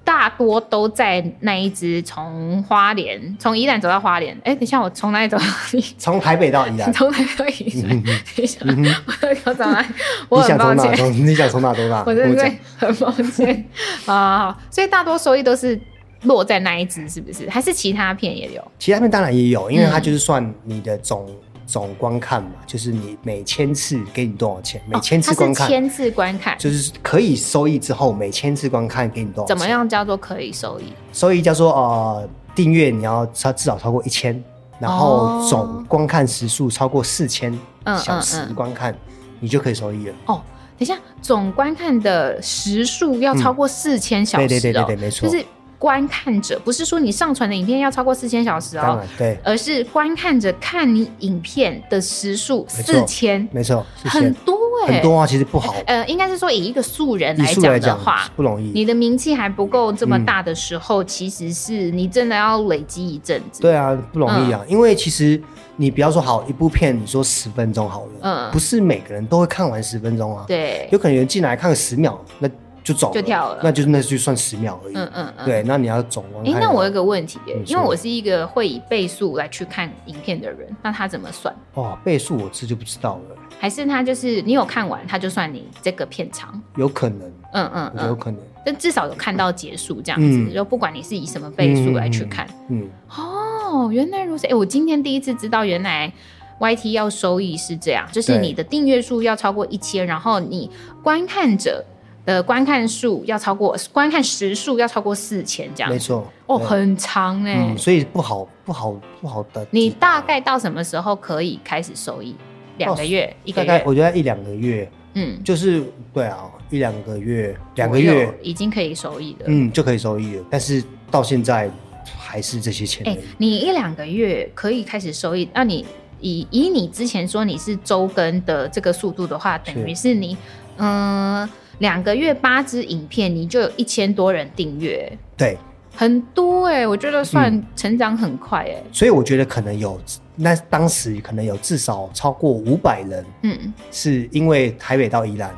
Speaker 1: 大多都在那一只从花莲，从宜兰走到花莲。哎，等一下，我从哪里走到宜
Speaker 2: 从台北到宜兰
Speaker 1: 兰？，从哪里走到宜兰？等一下，我要走哪里？我
Speaker 2: 嗯你
Speaker 1: 很
Speaker 2: 想
Speaker 1: 抱
Speaker 2: 从哪？
Speaker 1: 歉，
Speaker 2: 从你想从哪走哪？
Speaker 1: 我
Speaker 2: 跟
Speaker 1: 真
Speaker 2: 我
Speaker 1: 的
Speaker 2: 讲
Speaker 1: 是很抱歉啊。好所以大多收益都是落在那一只，是不是？还是其他片也有？
Speaker 2: 其他面当然也有，因为它
Speaker 1: 嗯
Speaker 2: 就是算你的总、总观看嘛，就是你每千次给你多少钱，每千次
Speaker 1: 哦它
Speaker 2: 哎观
Speaker 1: 是
Speaker 2: 看、
Speaker 1: 千次观看，
Speaker 2: 就是可以收益之后，每千次观看给你多少钱？
Speaker 1: 怎么？样叫做可以收益？
Speaker 2: 收益叫做呃订阅你要超至少超过一千，然后
Speaker 1: 哦
Speaker 2: 总观看时数超过四千
Speaker 1: 嗯
Speaker 2: 小时
Speaker 1: 嗯嗯
Speaker 2: 观看，你就可以收益了。
Speaker 1: 哦，等一下，总观看的时数要超过四千小时、哦
Speaker 2: 嗯对对对对对没错
Speaker 1: 就是观看者，不是说你上传的影片要超过四千小时
Speaker 2: 当
Speaker 1: 哦
Speaker 2: 然，，对，
Speaker 1: 而是观看者看你影片的时数
Speaker 2: 没错
Speaker 1: 四千，
Speaker 2: 没错，谢谢
Speaker 1: 很多哎、
Speaker 2: 很多啊，其实不好，
Speaker 1: 呃，应该是说以一个素人
Speaker 2: 艺
Speaker 1: 来
Speaker 2: 术来
Speaker 1: 讲的
Speaker 2: 讲
Speaker 1: 话，
Speaker 2: 不容易。
Speaker 1: 你的名气还不够这么
Speaker 2: 嗯
Speaker 1: 大的时候，其实是你真的要累积一阵子。
Speaker 2: 对啊，不容易啊，
Speaker 1: 嗯
Speaker 2: 因为其实你不要说好一部片，你说十分钟好了，
Speaker 1: 嗯
Speaker 2: 不是每个人都会看完十分钟啊，
Speaker 1: 对
Speaker 2: 有可能有人进来看个十秒，那就走
Speaker 1: 就跳了
Speaker 2: 那就是那就算十秒而已，
Speaker 1: 嗯嗯嗯。
Speaker 2: 对，啊那你要总观
Speaker 1: 哎、
Speaker 2: 看。
Speaker 1: 那我有一个问题、
Speaker 2: 你
Speaker 1: 因为
Speaker 2: 说
Speaker 1: 我是一个会以倍速来去看影片的人，那他怎么算？
Speaker 2: 哦，倍数我这就不知道了，
Speaker 1: 还是他就是你有看完，他就算你这个片长，
Speaker 2: 有可能，
Speaker 1: 嗯嗯
Speaker 2: 我觉得有
Speaker 1: 嗯，
Speaker 2: 可能，
Speaker 1: 但至少有看到结束这样子，
Speaker 2: 嗯
Speaker 1: 就不管你是以什么倍数来去看。
Speaker 2: 嗯，
Speaker 1: 哦，原来如此，哎、我今天第一次知道，原来 YT 要收益是这样，就是
Speaker 2: 对
Speaker 1: 你的订阅数要超过一千，然后你观看者的观看数要超过观看时数要超过四千这
Speaker 2: 嗯
Speaker 1: 样
Speaker 2: 没。错，
Speaker 1: 哦，
Speaker 2: 对
Speaker 1: 很长哎、
Speaker 2: 嗯，所以不好，不好，不好的。
Speaker 1: 你大概到什么时候可以开始收益？两个月，一
Speaker 2: 哦大
Speaker 1: 个
Speaker 2: 概
Speaker 1: 月，
Speaker 2: 我觉得一两个月，
Speaker 1: 嗯，
Speaker 2: 就是对啊，一两个月，两个
Speaker 1: 左右
Speaker 2: 月，
Speaker 1: 已经可以收益了。
Speaker 2: 嗯，就可以收益了。但是到现在还是这些钱而
Speaker 1: 哎、
Speaker 2: 已。
Speaker 1: 你一两个月可以开始收益，那你以以你之前说你是周更的这个速度的话，等于是你嗯两、个月八支影片，你就有一千多人订阅，
Speaker 2: 对，
Speaker 1: 很多哎、我觉得算
Speaker 2: 嗯
Speaker 1: 成长很快哎、
Speaker 2: 所以我觉得可能有，那当时可能有至少超过五百人，
Speaker 1: 嗯，
Speaker 2: 是因为台北到宜兰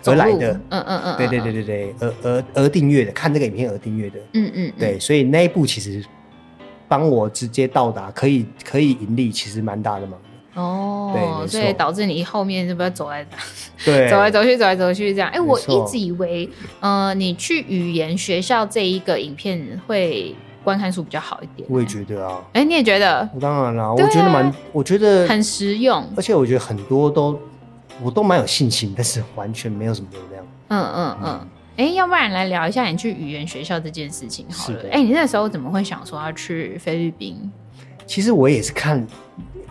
Speaker 1: 走
Speaker 2: 而来
Speaker 1: 路
Speaker 2: 的
Speaker 1: 嗯。嗯嗯嗯，
Speaker 2: 对对对对对，而而而订阅的，看这个影片而订阅的。
Speaker 1: 嗯，嗯嗯，
Speaker 2: 对，所以那一步其实帮我直接到达可以可以盈利，其实蛮大的嘛。对没
Speaker 1: 哦
Speaker 2: 错，
Speaker 1: 所以导致你后面是不是走来
Speaker 2: 对，
Speaker 1: 走来走去，走来走去这样？哎、
Speaker 2: 没
Speaker 1: 我
Speaker 2: 错
Speaker 1: 一直以为，呃，你去语言学校这一个影片会观看数比较好一点、
Speaker 2: 我也觉得啊，
Speaker 1: 哎、你也觉得
Speaker 2: 当然啦，我
Speaker 1: 对啊
Speaker 2: 觉得蛮，我觉得
Speaker 1: 很实用？
Speaker 2: 而且我觉得很多都我都蛮有信心，但是完全没有什么流量。
Speaker 1: 嗯嗯嗯。哎、要不然来聊一下你去语言学校这件事情好了
Speaker 2: 是。的
Speaker 1: 哎、你那时候怎么会想说要去菲律宾？
Speaker 2: 其实我也是看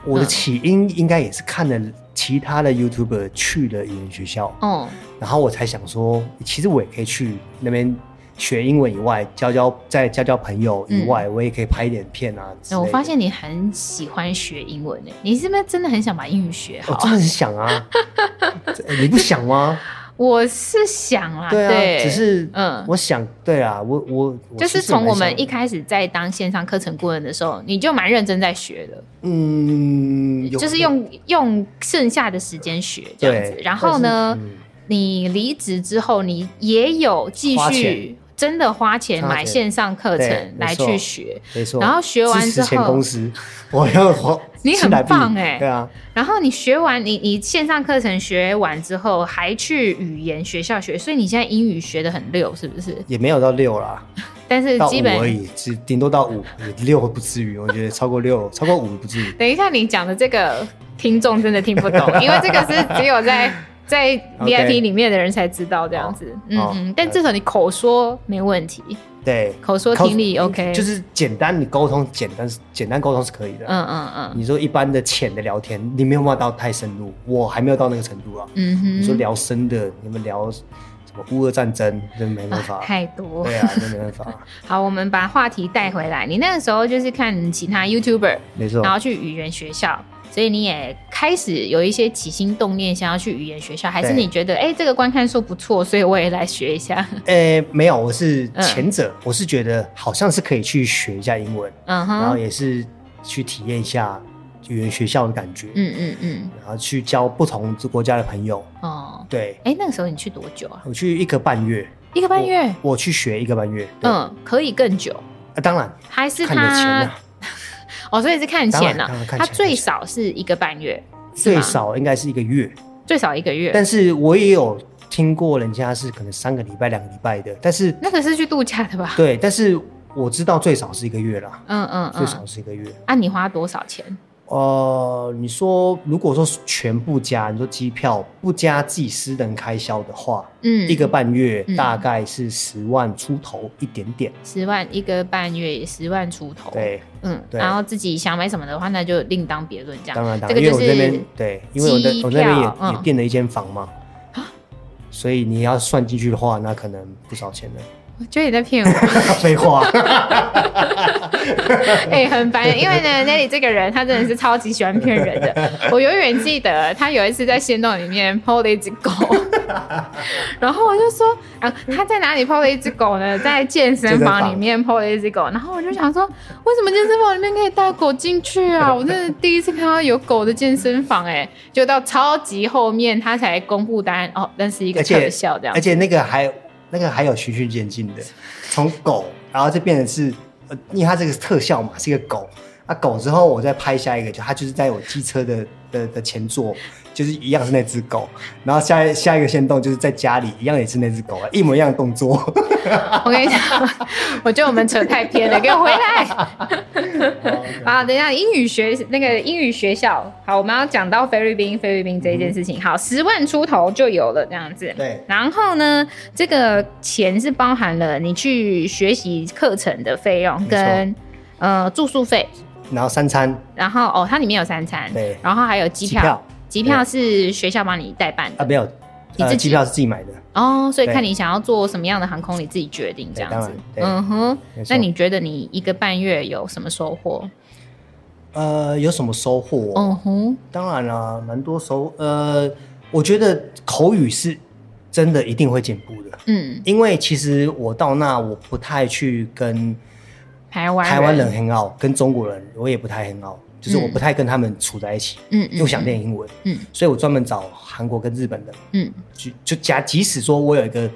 Speaker 2: 我的
Speaker 1: 嗯
Speaker 2: 起因，应该也是看了其他的 YouTuber 去了语言学校，
Speaker 1: 哦、
Speaker 2: 然后我才想说，其实我也可以去那边学英文以外，交交再交交朋友以外，我也可以拍一点片啊之
Speaker 1: 哎
Speaker 2: 类的。
Speaker 1: 嗯我发现你很喜欢学英文诶、你是不是真的很想把英语学好
Speaker 2: 我？真的很想 啊，这你不想吗？
Speaker 1: 我是想啦，
Speaker 2: 对啊，只是
Speaker 1: 嗯
Speaker 2: 我想对啊，我我我
Speaker 1: 就
Speaker 2: 其
Speaker 1: 是
Speaker 2: 实也蛮
Speaker 1: 从我们
Speaker 2: 想
Speaker 1: 一开始在当线上课程顾问的时候，你就蛮认真在学的，
Speaker 2: 嗯，有
Speaker 1: 就是用用剩下的时间学这样子
Speaker 2: 对。
Speaker 1: 然后呢，
Speaker 2: 但是嗯
Speaker 1: 你离职之后，你也有继
Speaker 2: 花钱
Speaker 1: 续真的花钱
Speaker 2: 花钱
Speaker 1: 买线上课
Speaker 2: 对
Speaker 1: 程
Speaker 2: 没
Speaker 1: 来
Speaker 2: 错
Speaker 1: 去学，
Speaker 2: 没错。
Speaker 1: 然后学完
Speaker 2: 支持
Speaker 1: 之
Speaker 2: 前
Speaker 1: 后
Speaker 2: 公司，我要我
Speaker 1: 你很
Speaker 2: 是来必
Speaker 1: 棒欸
Speaker 2: 对啊，
Speaker 1: 然后你学完你你线上课程学完之后，还去语言学校学，所以你现在英语学的很溜，是不是？
Speaker 2: 也没有到六啦，
Speaker 1: 但是
Speaker 2: 到五
Speaker 1: 基本
Speaker 2: 而已，只顶多到五，六不至于，我觉得超过六，超过五不至于。
Speaker 1: 等一下，你讲的这个听众真的听不懂， 因为这个是只有在在
Speaker 2: OK
Speaker 1: VIP 里面的人才知道这样子。
Speaker 2: 哦
Speaker 1: 嗯嗯，但至少你口说没问题，
Speaker 2: 对，
Speaker 1: 口说听力
Speaker 2: 靠
Speaker 1: OK。
Speaker 2: 就是是简单，你沟通简单是简单沟通是可以的。
Speaker 1: 嗯嗯嗯
Speaker 2: 你说一般的浅的聊天，你没有办法到太深入，我还没有到那个程度啊。
Speaker 1: 嗯
Speaker 2: 你说
Speaker 1: 哼，
Speaker 2: 聊深的，你们聊什么乌俄战争，真没办
Speaker 1: 啊
Speaker 2: 法。
Speaker 1: 太多。
Speaker 2: 对啊，真没办法，
Speaker 1: 好，我们把话题带回来。你那个时候就是看其他 YouTuber，
Speaker 2: 没 错
Speaker 1: 然。后去语言学校，所以你也开始有一些起心动念想要去语言学校，还是
Speaker 2: 对
Speaker 1: 你觉得哎、这个观看数不错，所以我也来学一下？
Speaker 2: 诶，呃没有，我是
Speaker 1: 嗯
Speaker 2: 前者，我是觉得好像是可以去学一下英文，
Speaker 1: 嗯
Speaker 2: 然后
Speaker 1: 哼，
Speaker 2: 也是去体验一下语言学校的感觉，
Speaker 1: 嗯嗯嗯，
Speaker 2: 然后去交不同国家的朋友。
Speaker 1: 哦，
Speaker 2: 对，
Speaker 1: 哎、那个时候你去多久啊？
Speaker 2: 我去一个半月，
Speaker 1: 一个半月？
Speaker 2: 我去学一个半月。嗯，
Speaker 1: 嗯，可以更久，
Speaker 2: 啊当然
Speaker 1: 还是
Speaker 2: 看你的钱
Speaker 1: 他
Speaker 2: 啊，
Speaker 1: 哦，所以是看
Speaker 2: 当然
Speaker 1: 钱呢、
Speaker 2: 当然看
Speaker 1: 他
Speaker 2: 钱
Speaker 1: 最
Speaker 2: 看钱
Speaker 1: 少是一个半月，是
Speaker 2: 最
Speaker 1: 吗
Speaker 2: 少应该是一个月，
Speaker 1: 最少一个月。
Speaker 2: 但是我也有听过人家是可能三个礼拜、两个礼拜的，但是
Speaker 1: 那个是去度假的吧？
Speaker 2: 对，但是我知道最少是一个月啦，
Speaker 1: 嗯嗯
Speaker 2: 最少
Speaker 1: 嗯。
Speaker 2: 是一个月。
Speaker 1: 啊，你花多少钱？
Speaker 2: 呃，你说如果说全部加，你说机票不加自己私人开销的话，
Speaker 1: 嗯，
Speaker 2: 一个半月
Speaker 1: 嗯哦
Speaker 2: 大概是十万出头一点点。
Speaker 1: 十万一个半月，十万出头。，
Speaker 2: 对，
Speaker 1: 嗯，
Speaker 2: 对
Speaker 1: 然后自己想买什么的话，那就另当别论。这样，
Speaker 2: 当然当
Speaker 1: 这个
Speaker 2: 然，因为
Speaker 1: 就
Speaker 2: 我这边
Speaker 1: 是
Speaker 2: 对，因为我那
Speaker 1: 机
Speaker 2: 我那边也、
Speaker 1: 票嗯啊
Speaker 2: 也变了一间房嘛，所以你要算进去的话，那可能不少钱了。
Speaker 1: 我觉得你在骗我，
Speaker 2: 废话，
Speaker 1: 哎、很烦。因为呢，Nelly 这个人，他真的是超级喜欢骗人 的。我永远记得他有一次在仙洞里面抛了一只狗， 然后我就说啊，他在哪里抛了一只狗呢？在健身房里面抛了一只狗。然后我就想说，为什么健身房里面可以带狗进去 啊？我真的第一次看到有狗的健身房、哎，就到超级后面他才公布答案哦，那是一个
Speaker 2: 而且
Speaker 1: 特效这样
Speaker 2: 而。且那个还那个还有循序渐进的，从狗，然后就变成是，呃，因为它这个特效嘛，是一个狗。啊，狗之后我再拍下一个，就它就是在我机车的的的前座，就是一样是那只狗。然后下一下一个先动就是在家里一样也是那只狗，一模一样的动作。
Speaker 1: 我跟你 讲，我觉得我们扯太偏了，给我回来。好，等一下，英语学那个英语学校，好，我们要讲到菲律宾，菲律宾这一件事情，好，十万出头就有了这样子。
Speaker 2: 嗯对
Speaker 1: 然后呢，这个钱是包含了你去学习课程的费用
Speaker 2: 错
Speaker 1: 跟呃住宿费，
Speaker 2: 然后三餐
Speaker 1: 然后哦，它里面有三餐，
Speaker 2: 对
Speaker 1: 然后还有机
Speaker 2: 机
Speaker 1: 票
Speaker 2: 票，
Speaker 1: 机票是学校帮你代办
Speaker 2: 啊
Speaker 1: 的
Speaker 2: 没有，
Speaker 1: 你自
Speaker 2: 呃，
Speaker 1: 己
Speaker 2: 机票是自己买的，
Speaker 1: 哦，所以
Speaker 2: 对
Speaker 1: 看你想要坐什么样的航空，你自己决定这样子
Speaker 2: 对。当然
Speaker 1: 嗯哼
Speaker 2: 没，错
Speaker 1: 那你觉得你一个半月有什么收获？
Speaker 2: 呃，有什么收获？
Speaker 1: 嗯哼，
Speaker 2: 当然啦、蛮多收。呃，我觉得口语是真的一定会进步的，
Speaker 1: 嗯，
Speaker 2: 因为其实我到那我不太去跟
Speaker 1: 台湾
Speaker 2: 台湾人，很好，跟中国人我也不太很好，就是我
Speaker 1: 嗯
Speaker 2: 不太跟他们处在一起，
Speaker 1: 嗯
Speaker 2: 又想，练英文，
Speaker 1: 嗯
Speaker 2: 所以我专门找韩国跟日本人，
Speaker 1: 嗯，
Speaker 2: 就就假即使说我有一个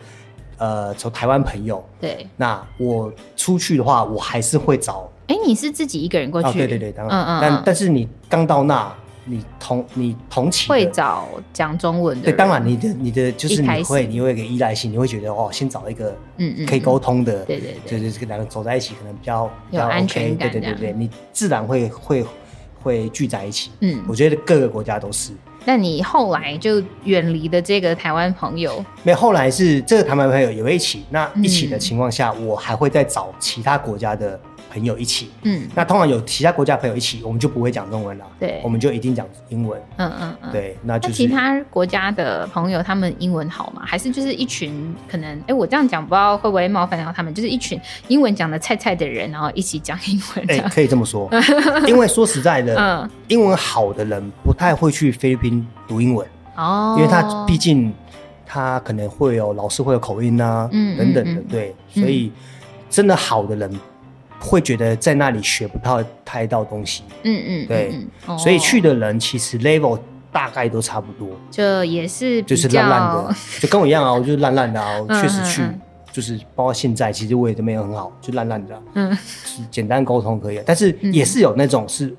Speaker 2: 呃从台湾朋友，
Speaker 1: 对。
Speaker 2: 那我出去的话，我还是会找
Speaker 1: 哎，你是自己一个人过
Speaker 2: 啊，
Speaker 1: 去？
Speaker 2: 对对对，当然，
Speaker 1: 嗯嗯
Speaker 2: 但
Speaker 1: 嗯，
Speaker 2: 但是你刚到那，你同你同期的
Speaker 1: 会找讲中文的
Speaker 2: 对，
Speaker 1: 人。
Speaker 2: 当然你的你的就是
Speaker 1: 一开
Speaker 2: 你
Speaker 1: 始
Speaker 2: 会你会有一个依赖性，你会觉得哦，先找一个
Speaker 1: 嗯嗯
Speaker 2: 可以沟通的，
Speaker 1: 对对对
Speaker 2: 就是这个两个走在一起可能比较比
Speaker 1: 有
Speaker 2: 较 OK,
Speaker 1: 安全感
Speaker 2: 对对对
Speaker 1: 这
Speaker 2: 对，你自然会会会聚在一起。
Speaker 1: 嗯
Speaker 2: 我，觉得各个国家都是。
Speaker 1: 那你后来就远离的这个台湾朋友，
Speaker 2: 没有，后来是这个台湾朋友也会一起，那一起的
Speaker 1: 嗯
Speaker 2: 情况下，我还会再找其他国家的朋友一起。
Speaker 1: 嗯
Speaker 2: 那通常有其他国家朋友一起，我们就不会讲中文了，
Speaker 1: 对
Speaker 2: 我们就一定讲英文。
Speaker 1: 嗯嗯嗯，。
Speaker 2: 对，那就
Speaker 1: 那
Speaker 2: 是
Speaker 1: 其他国家的朋友，他们英文好吗？还是就是一群可能，哎、我这样讲不知道会不会冒犯到他们，就是一群英文讲的菜菜的人，然后一起讲英文这
Speaker 2: 哎、
Speaker 1: 样。
Speaker 2: 可以这 么说，因为说实在的，
Speaker 1: 嗯，
Speaker 2: 英文好的人不太会去菲律宾读英文，
Speaker 1: 哦，
Speaker 2: 因为他毕竟他可能会有老师会有口音啊，
Speaker 1: 嗯
Speaker 2: 等等的
Speaker 1: 嗯嗯，
Speaker 2: 对，所以真的好的人会觉得在那里学不到太到东西，
Speaker 1: 嗯，嗯嗯，
Speaker 2: 对
Speaker 1: 嗯，哦
Speaker 2: 所以去的人其实 level 大概都差不多，
Speaker 1: 就也是比
Speaker 2: 就是
Speaker 1: 较
Speaker 2: 烂烂 的，就跟我一样啊，我就烂烂的啊，我
Speaker 1: 嗯
Speaker 2: 确实去
Speaker 1: 嗯。
Speaker 2: 就是包括现在，其实我也都没有很好，就烂烂的啊、
Speaker 1: 嗯
Speaker 2: 是简单沟通可以啊，但是也是有那种是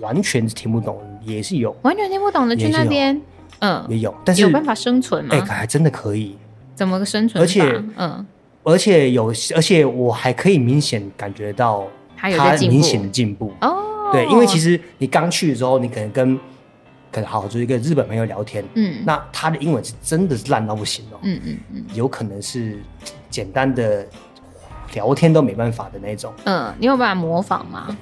Speaker 2: 完全听不懂，也是有，
Speaker 1: 完全听不懂的去
Speaker 2: 也是
Speaker 1: 那
Speaker 2: 有
Speaker 1: 边，嗯，
Speaker 2: 也有，但是
Speaker 1: 有办法生存吗？
Speaker 2: 哎、还真的可以，
Speaker 1: 怎么个生存法？
Speaker 2: 而且
Speaker 1: 嗯，
Speaker 2: 而且有，而且我还可以明显感觉到
Speaker 1: 他有在进步
Speaker 2: 明显的进步。
Speaker 1: 哦，
Speaker 2: 对，因为其实你刚去的时候，你可能跟可能好就是一个日本朋友聊天，
Speaker 1: 嗯，
Speaker 2: 那他的英文是真的是烂到不行哦，
Speaker 1: 嗯嗯嗯
Speaker 2: 有可能是简单的聊天都没办法的那种。
Speaker 1: 嗯，你有办法模仿吗？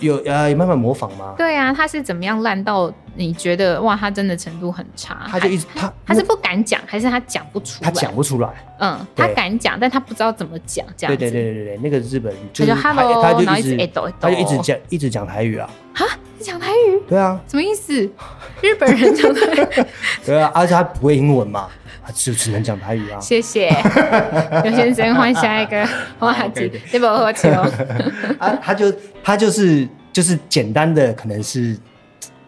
Speaker 2: 有呃有办法模仿吗？
Speaker 1: 对啊，他是怎么样烂到你觉得哇，他真的程度很差？
Speaker 2: 他就一直
Speaker 1: 还
Speaker 2: 他
Speaker 1: 啊他是不敢讲，还是他讲不出来？
Speaker 2: 他讲，不出来。
Speaker 1: 嗯，他
Speaker 2: 对
Speaker 1: 敢讲，但他不知道怎么讲，这
Speaker 2: 对
Speaker 1: 样子。
Speaker 2: 对对对对，那个日本
Speaker 1: 他
Speaker 2: 就
Speaker 1: 就是 hello，
Speaker 2: 他他
Speaker 1: 然后
Speaker 2: 就
Speaker 1: 一直
Speaker 2: 一
Speaker 1: 哎
Speaker 2: 直
Speaker 1: 抖哎抖，
Speaker 2: 他就一直讲一直讲台语啊。
Speaker 1: 讲台语，
Speaker 2: 对啊，
Speaker 1: 什么意 思？日本人讲台语，
Speaker 2: 对啊，而且他不会英文嘛，他就只能讲台语啊。
Speaker 1: 谢谢刘先生，换下一 个话题
Speaker 2: OK，OK，
Speaker 1: 对不喝 酒。
Speaker 2: 啊，他就他就是就是简单的，可能是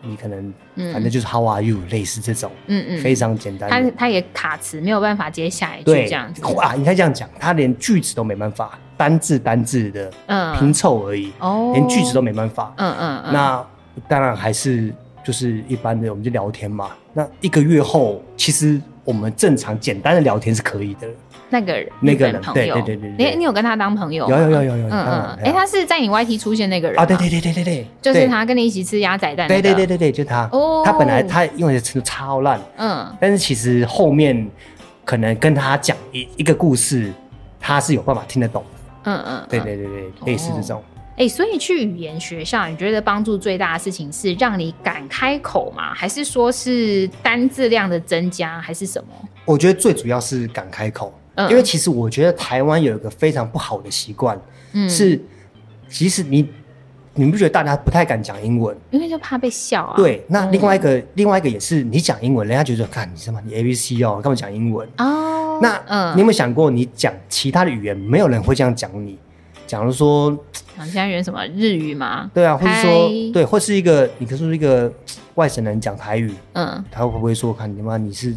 Speaker 2: 你可能
Speaker 1: 嗯
Speaker 2: 反正就是 How are you 类似这种，
Speaker 1: 嗯嗯，
Speaker 2: 非常简单
Speaker 1: 他
Speaker 2: 的。
Speaker 1: 他也卡词，没有办法接下一句
Speaker 2: 对，
Speaker 1: 这样子。
Speaker 2: 哇，应该这样讲，他连句子都没办法，单字单字的
Speaker 1: 嗯
Speaker 2: 拼凑而已，
Speaker 1: 哦
Speaker 2: 连句子都没办法。
Speaker 1: 嗯嗯嗯，
Speaker 2: 那当然还是就是一般的，我们就聊天嘛。那一个月后，其实我们正常简单的聊天是可以的。
Speaker 1: 那个人
Speaker 2: 那个
Speaker 1: 日
Speaker 2: 人
Speaker 1: 本朋
Speaker 2: 对
Speaker 1: 友，
Speaker 2: 对对对对
Speaker 1: 你你有跟他当朋友吗？
Speaker 2: 有有有有有
Speaker 1: 嗯
Speaker 2: 当
Speaker 1: 嗯
Speaker 2: 然，
Speaker 1: 哎，诶他是在你 YT 出现那个人
Speaker 2: 啊，对
Speaker 1: 吗
Speaker 2: 对对对对对，
Speaker 1: 就是
Speaker 2: 对。
Speaker 1: 他跟你一起吃鸭仔蛋，
Speaker 2: 对对对，对对，就他。
Speaker 1: 哦
Speaker 2: 他本来他用的程度超烂，
Speaker 1: 嗯
Speaker 2: 但是其实后面可能跟他讲一一个故事，他是有办法听得懂的。
Speaker 1: 嗯嗯，
Speaker 2: 对
Speaker 1: 嗯。
Speaker 2: 对对对，类似这种。
Speaker 1: 哎，所以去语言学校，你觉得帮助最大的事情是让你敢开口吗？还是说是单字量的增加，还是什么？
Speaker 2: 我觉得最主要是敢开口，
Speaker 1: 嗯
Speaker 2: 因为其实我觉得台湾有一个非常不好的习惯，
Speaker 1: 嗯，
Speaker 2: 是即使你你不觉得大家不太敢讲英文？
Speaker 1: 因为就怕被笑啊。
Speaker 2: 对，那另外一个、另外一个也是你讲英文，人家觉得看你什么你 A B C 哦，干嘛讲英文？
Speaker 1: 哦，
Speaker 2: 那、你有没有想过，你讲其他的语言，没有人会这样讲你？假如说，
Speaker 1: 讲其他语言什么日语吗？
Speaker 2: 对啊，或是
Speaker 1: 嗨
Speaker 2: 说，，对，或是一个，你可是一个外省人讲台语，
Speaker 1: 嗯，
Speaker 2: 他会不会说，看你妈 你是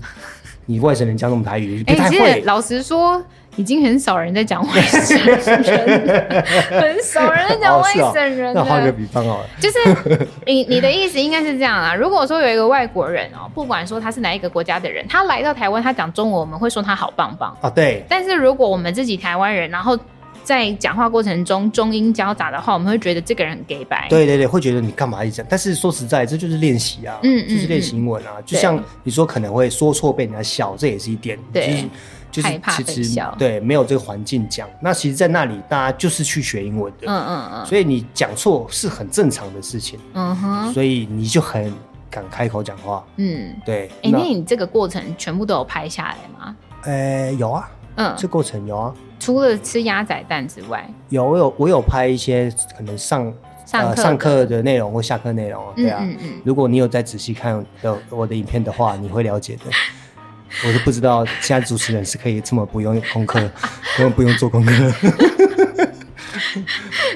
Speaker 2: 你外省人讲什么台语，不
Speaker 1: 哎、
Speaker 2: 太
Speaker 1: 其
Speaker 2: 会
Speaker 1: 实。老实说，已经很少人在讲外省人 了，很少人在讲
Speaker 2: 哦
Speaker 1: 外
Speaker 2: 是哦
Speaker 1: 省人了。
Speaker 2: 那我换个比方好了，
Speaker 1: 就是你你的意思应该是这样啦。如果说有一个外国人哦，不管说他是哪一个国家的人，他来到台湾，他讲中文，我们会说他好棒棒。
Speaker 2: 啊，对，
Speaker 1: 但是如果我们自己台湾人，然后在讲话过程中中英交杂的话，我们会觉得这个人很 gay 白。，
Speaker 2: 对对对，会觉得你干嘛一直讲？但是说实在，这就是练习啊，
Speaker 1: 嗯嗯
Speaker 2: 就是练习英文啊。就像你说可能会说错被人家笑，这也是一点，
Speaker 1: 对
Speaker 2: 就是就是
Speaker 1: 害怕被
Speaker 2: 其实
Speaker 1: 笑
Speaker 2: 对没有这个环境讲。那其实，在那里大家就是去学英文的，
Speaker 1: 嗯嗯嗯，
Speaker 2: 所以你讲错是很正常的事情，
Speaker 1: 嗯哼，
Speaker 2: 所以你就很敢开口讲话。
Speaker 1: 嗯。
Speaker 2: 对，
Speaker 1: 哎、那你这个过程全部都有拍下来吗？
Speaker 2: 呃有啊，
Speaker 1: 嗯，
Speaker 2: 这过程有啊，
Speaker 1: 除了吃鸭仔蛋之外，
Speaker 2: 有我有我有拍一些可能上
Speaker 1: 上
Speaker 2: 呃
Speaker 1: 课、
Speaker 2: 上课的内容或下课内容啊，对啊，
Speaker 1: 嗯嗯嗯，
Speaker 2: 如果你有再仔细看的我的影片的话，你会了解的。 我都不知道现在主持人是可以这么不用功 课，根本不用做功课。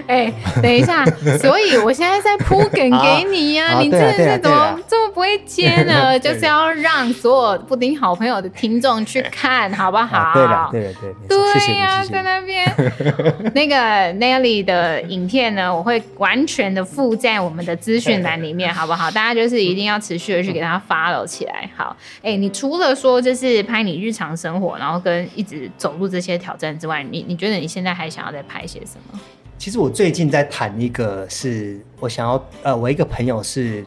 Speaker 1: 哎、等一 下，所以我现在在铺梗给你呀、
Speaker 2: 啊啊
Speaker 1: 你真的
Speaker 2: 对啊对啊
Speaker 1: 是怎么
Speaker 2: 对啊
Speaker 1: 这么不会接呢？
Speaker 2: 对
Speaker 1: 就是要让所有布丁好朋友的听众去看，好不好？
Speaker 2: 啊，对了，对了，对，没错，谢谢
Speaker 1: 对呀、
Speaker 2: 你，谢谢
Speaker 1: 在那
Speaker 2: 你。
Speaker 1: 边 那个 Nelly 的影片呢，我会完全的附在我们的资讯栏里面，好不好？ 大家就是一定要持续的去给它 follow 起来。好，哎、你除了说就是拍你日常生活，然后跟一直走路这些挑战之外，你你觉得你现在还想要再拍些什么？
Speaker 2: 其实我最近在谈一个是，我想要呃，我一个朋友是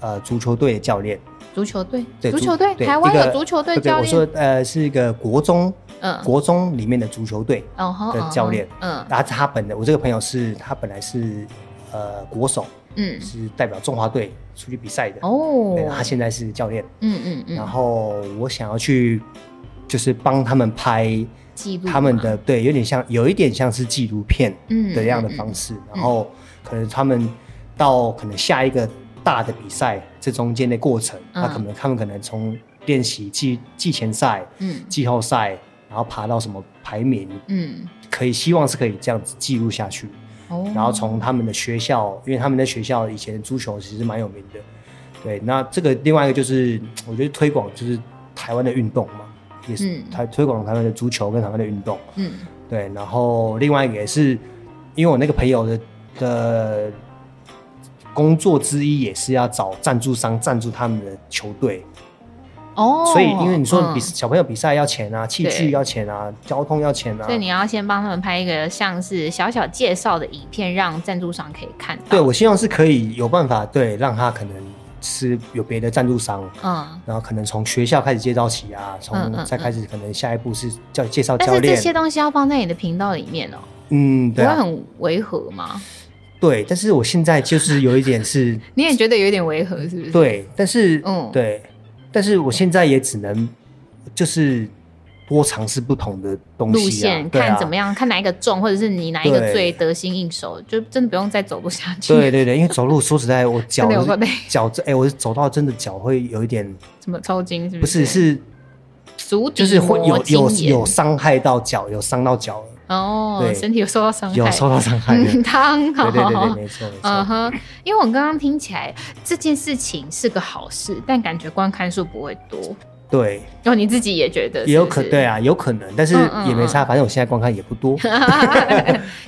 Speaker 2: 呃足球队的教练，
Speaker 1: 足球队，
Speaker 2: 对，
Speaker 1: 足球队，
Speaker 2: 对
Speaker 1: 台湾
Speaker 2: 一个
Speaker 1: 有足球队
Speaker 2: 对
Speaker 1: 教
Speaker 2: 我
Speaker 1: 练，
Speaker 2: 说呃是一个国中
Speaker 1: 嗯，
Speaker 2: 国中里面的足球队，
Speaker 1: 然后
Speaker 2: 的教练，
Speaker 1: 嗯
Speaker 2: 啊，他本来我这个朋友是他本来是呃国手，
Speaker 1: 嗯，
Speaker 2: 是代表中华队出去比赛的。
Speaker 1: 哦
Speaker 2: 对，，他现在是教练。
Speaker 1: 嗯嗯嗯，
Speaker 2: 然后我想要去，就是帮他们拍
Speaker 1: 记录
Speaker 2: 他们
Speaker 1: 嘛，
Speaker 2: 的，对，有点像，有一点像是纪录片
Speaker 1: 嗯
Speaker 2: 的这样的方式。然后可能他们到可能下一个大的比赛，这中间的过程，
Speaker 1: 嗯
Speaker 2: 那可能他们可能从练习季季前赛、
Speaker 1: 嗯
Speaker 2: 季后赛，然后爬到什么排名，
Speaker 1: 嗯，
Speaker 2: 可以希望是可以这样子记录下去。
Speaker 1: 哦，
Speaker 2: 然后从他们的学校，因为他们的学校以前足球其实蛮有名的，对。那这个另外一个就是，我觉得推广就是台湾的运动嘛，也是
Speaker 1: 嗯
Speaker 2: 台推广台湾的足球跟台湾的运动，
Speaker 1: 嗯
Speaker 2: 对。然后另外一个也是，因为我那个朋友的的工作之一也是要找赞助商赞助他们的球队，
Speaker 1: 哦，
Speaker 2: 所以因为你说
Speaker 1: 嗯
Speaker 2: 比、小朋友比赛要钱啊，器
Speaker 1: 对
Speaker 2: 具要钱啊，交通要钱啊
Speaker 1: 所以，你要先帮他们拍一个像是小小介绍的影片，让赞助商可以看到。
Speaker 2: 对我希望是可以有办法对让他可能是有别的赞助商。
Speaker 1: 嗯，
Speaker 2: 然后可能从学校开始介绍起啊，
Speaker 1: 嗯
Speaker 2: 从
Speaker 1: 嗯
Speaker 2: 再开始可能下一步是叫介绍
Speaker 1: 但
Speaker 2: 教
Speaker 1: 是这
Speaker 2: 练，
Speaker 1: 些东西要放在你的频道里面哦、
Speaker 2: 嗯，
Speaker 1: 不
Speaker 2: 对
Speaker 1: 会
Speaker 2: 啊，
Speaker 1: 很违和吗？
Speaker 2: 对，但是我现在就是有一点是
Speaker 1: 你也觉得有点违和，是不是？，
Speaker 2: 对，但是
Speaker 1: 嗯
Speaker 2: 对，但是我现在也只能就是多尝试不同的东
Speaker 1: 路
Speaker 2: 西啊，
Speaker 1: 线
Speaker 2: 对啊
Speaker 1: 看怎么样，看哪一个重，或者是你哪一个
Speaker 2: 对
Speaker 1: 最得心应手，就真的不用再走路下去。
Speaker 2: 对，对对，因为走路说实在，我脚
Speaker 1: 真的有 够累，
Speaker 2: 脚这哎、我走到真的脚会有一点，
Speaker 1: 什么抽筋是
Speaker 2: 不
Speaker 1: 是？
Speaker 2: 是是
Speaker 1: 足底
Speaker 2: 就是会有
Speaker 1: 膜
Speaker 2: 有
Speaker 1: 筋炎
Speaker 2: 有伤害到脚，有伤到脚了，
Speaker 1: 哦，
Speaker 2: 对
Speaker 1: 身体有受到伤害，
Speaker 2: 有受到伤害的，
Speaker 1: 嗯，汤好
Speaker 2: 对对对对，没错没
Speaker 1: 嗯
Speaker 2: 错，
Speaker 1: 哼，因为我刚刚听起来这件事情是个好事，但感觉观看数不会多。
Speaker 2: 对，
Speaker 1: 哦，你自己也觉得
Speaker 2: 也有可
Speaker 1: 能
Speaker 2: 对。啊，有可能，但是
Speaker 1: 嗯嗯
Speaker 2: 也没差，反正我现在观看也不 多，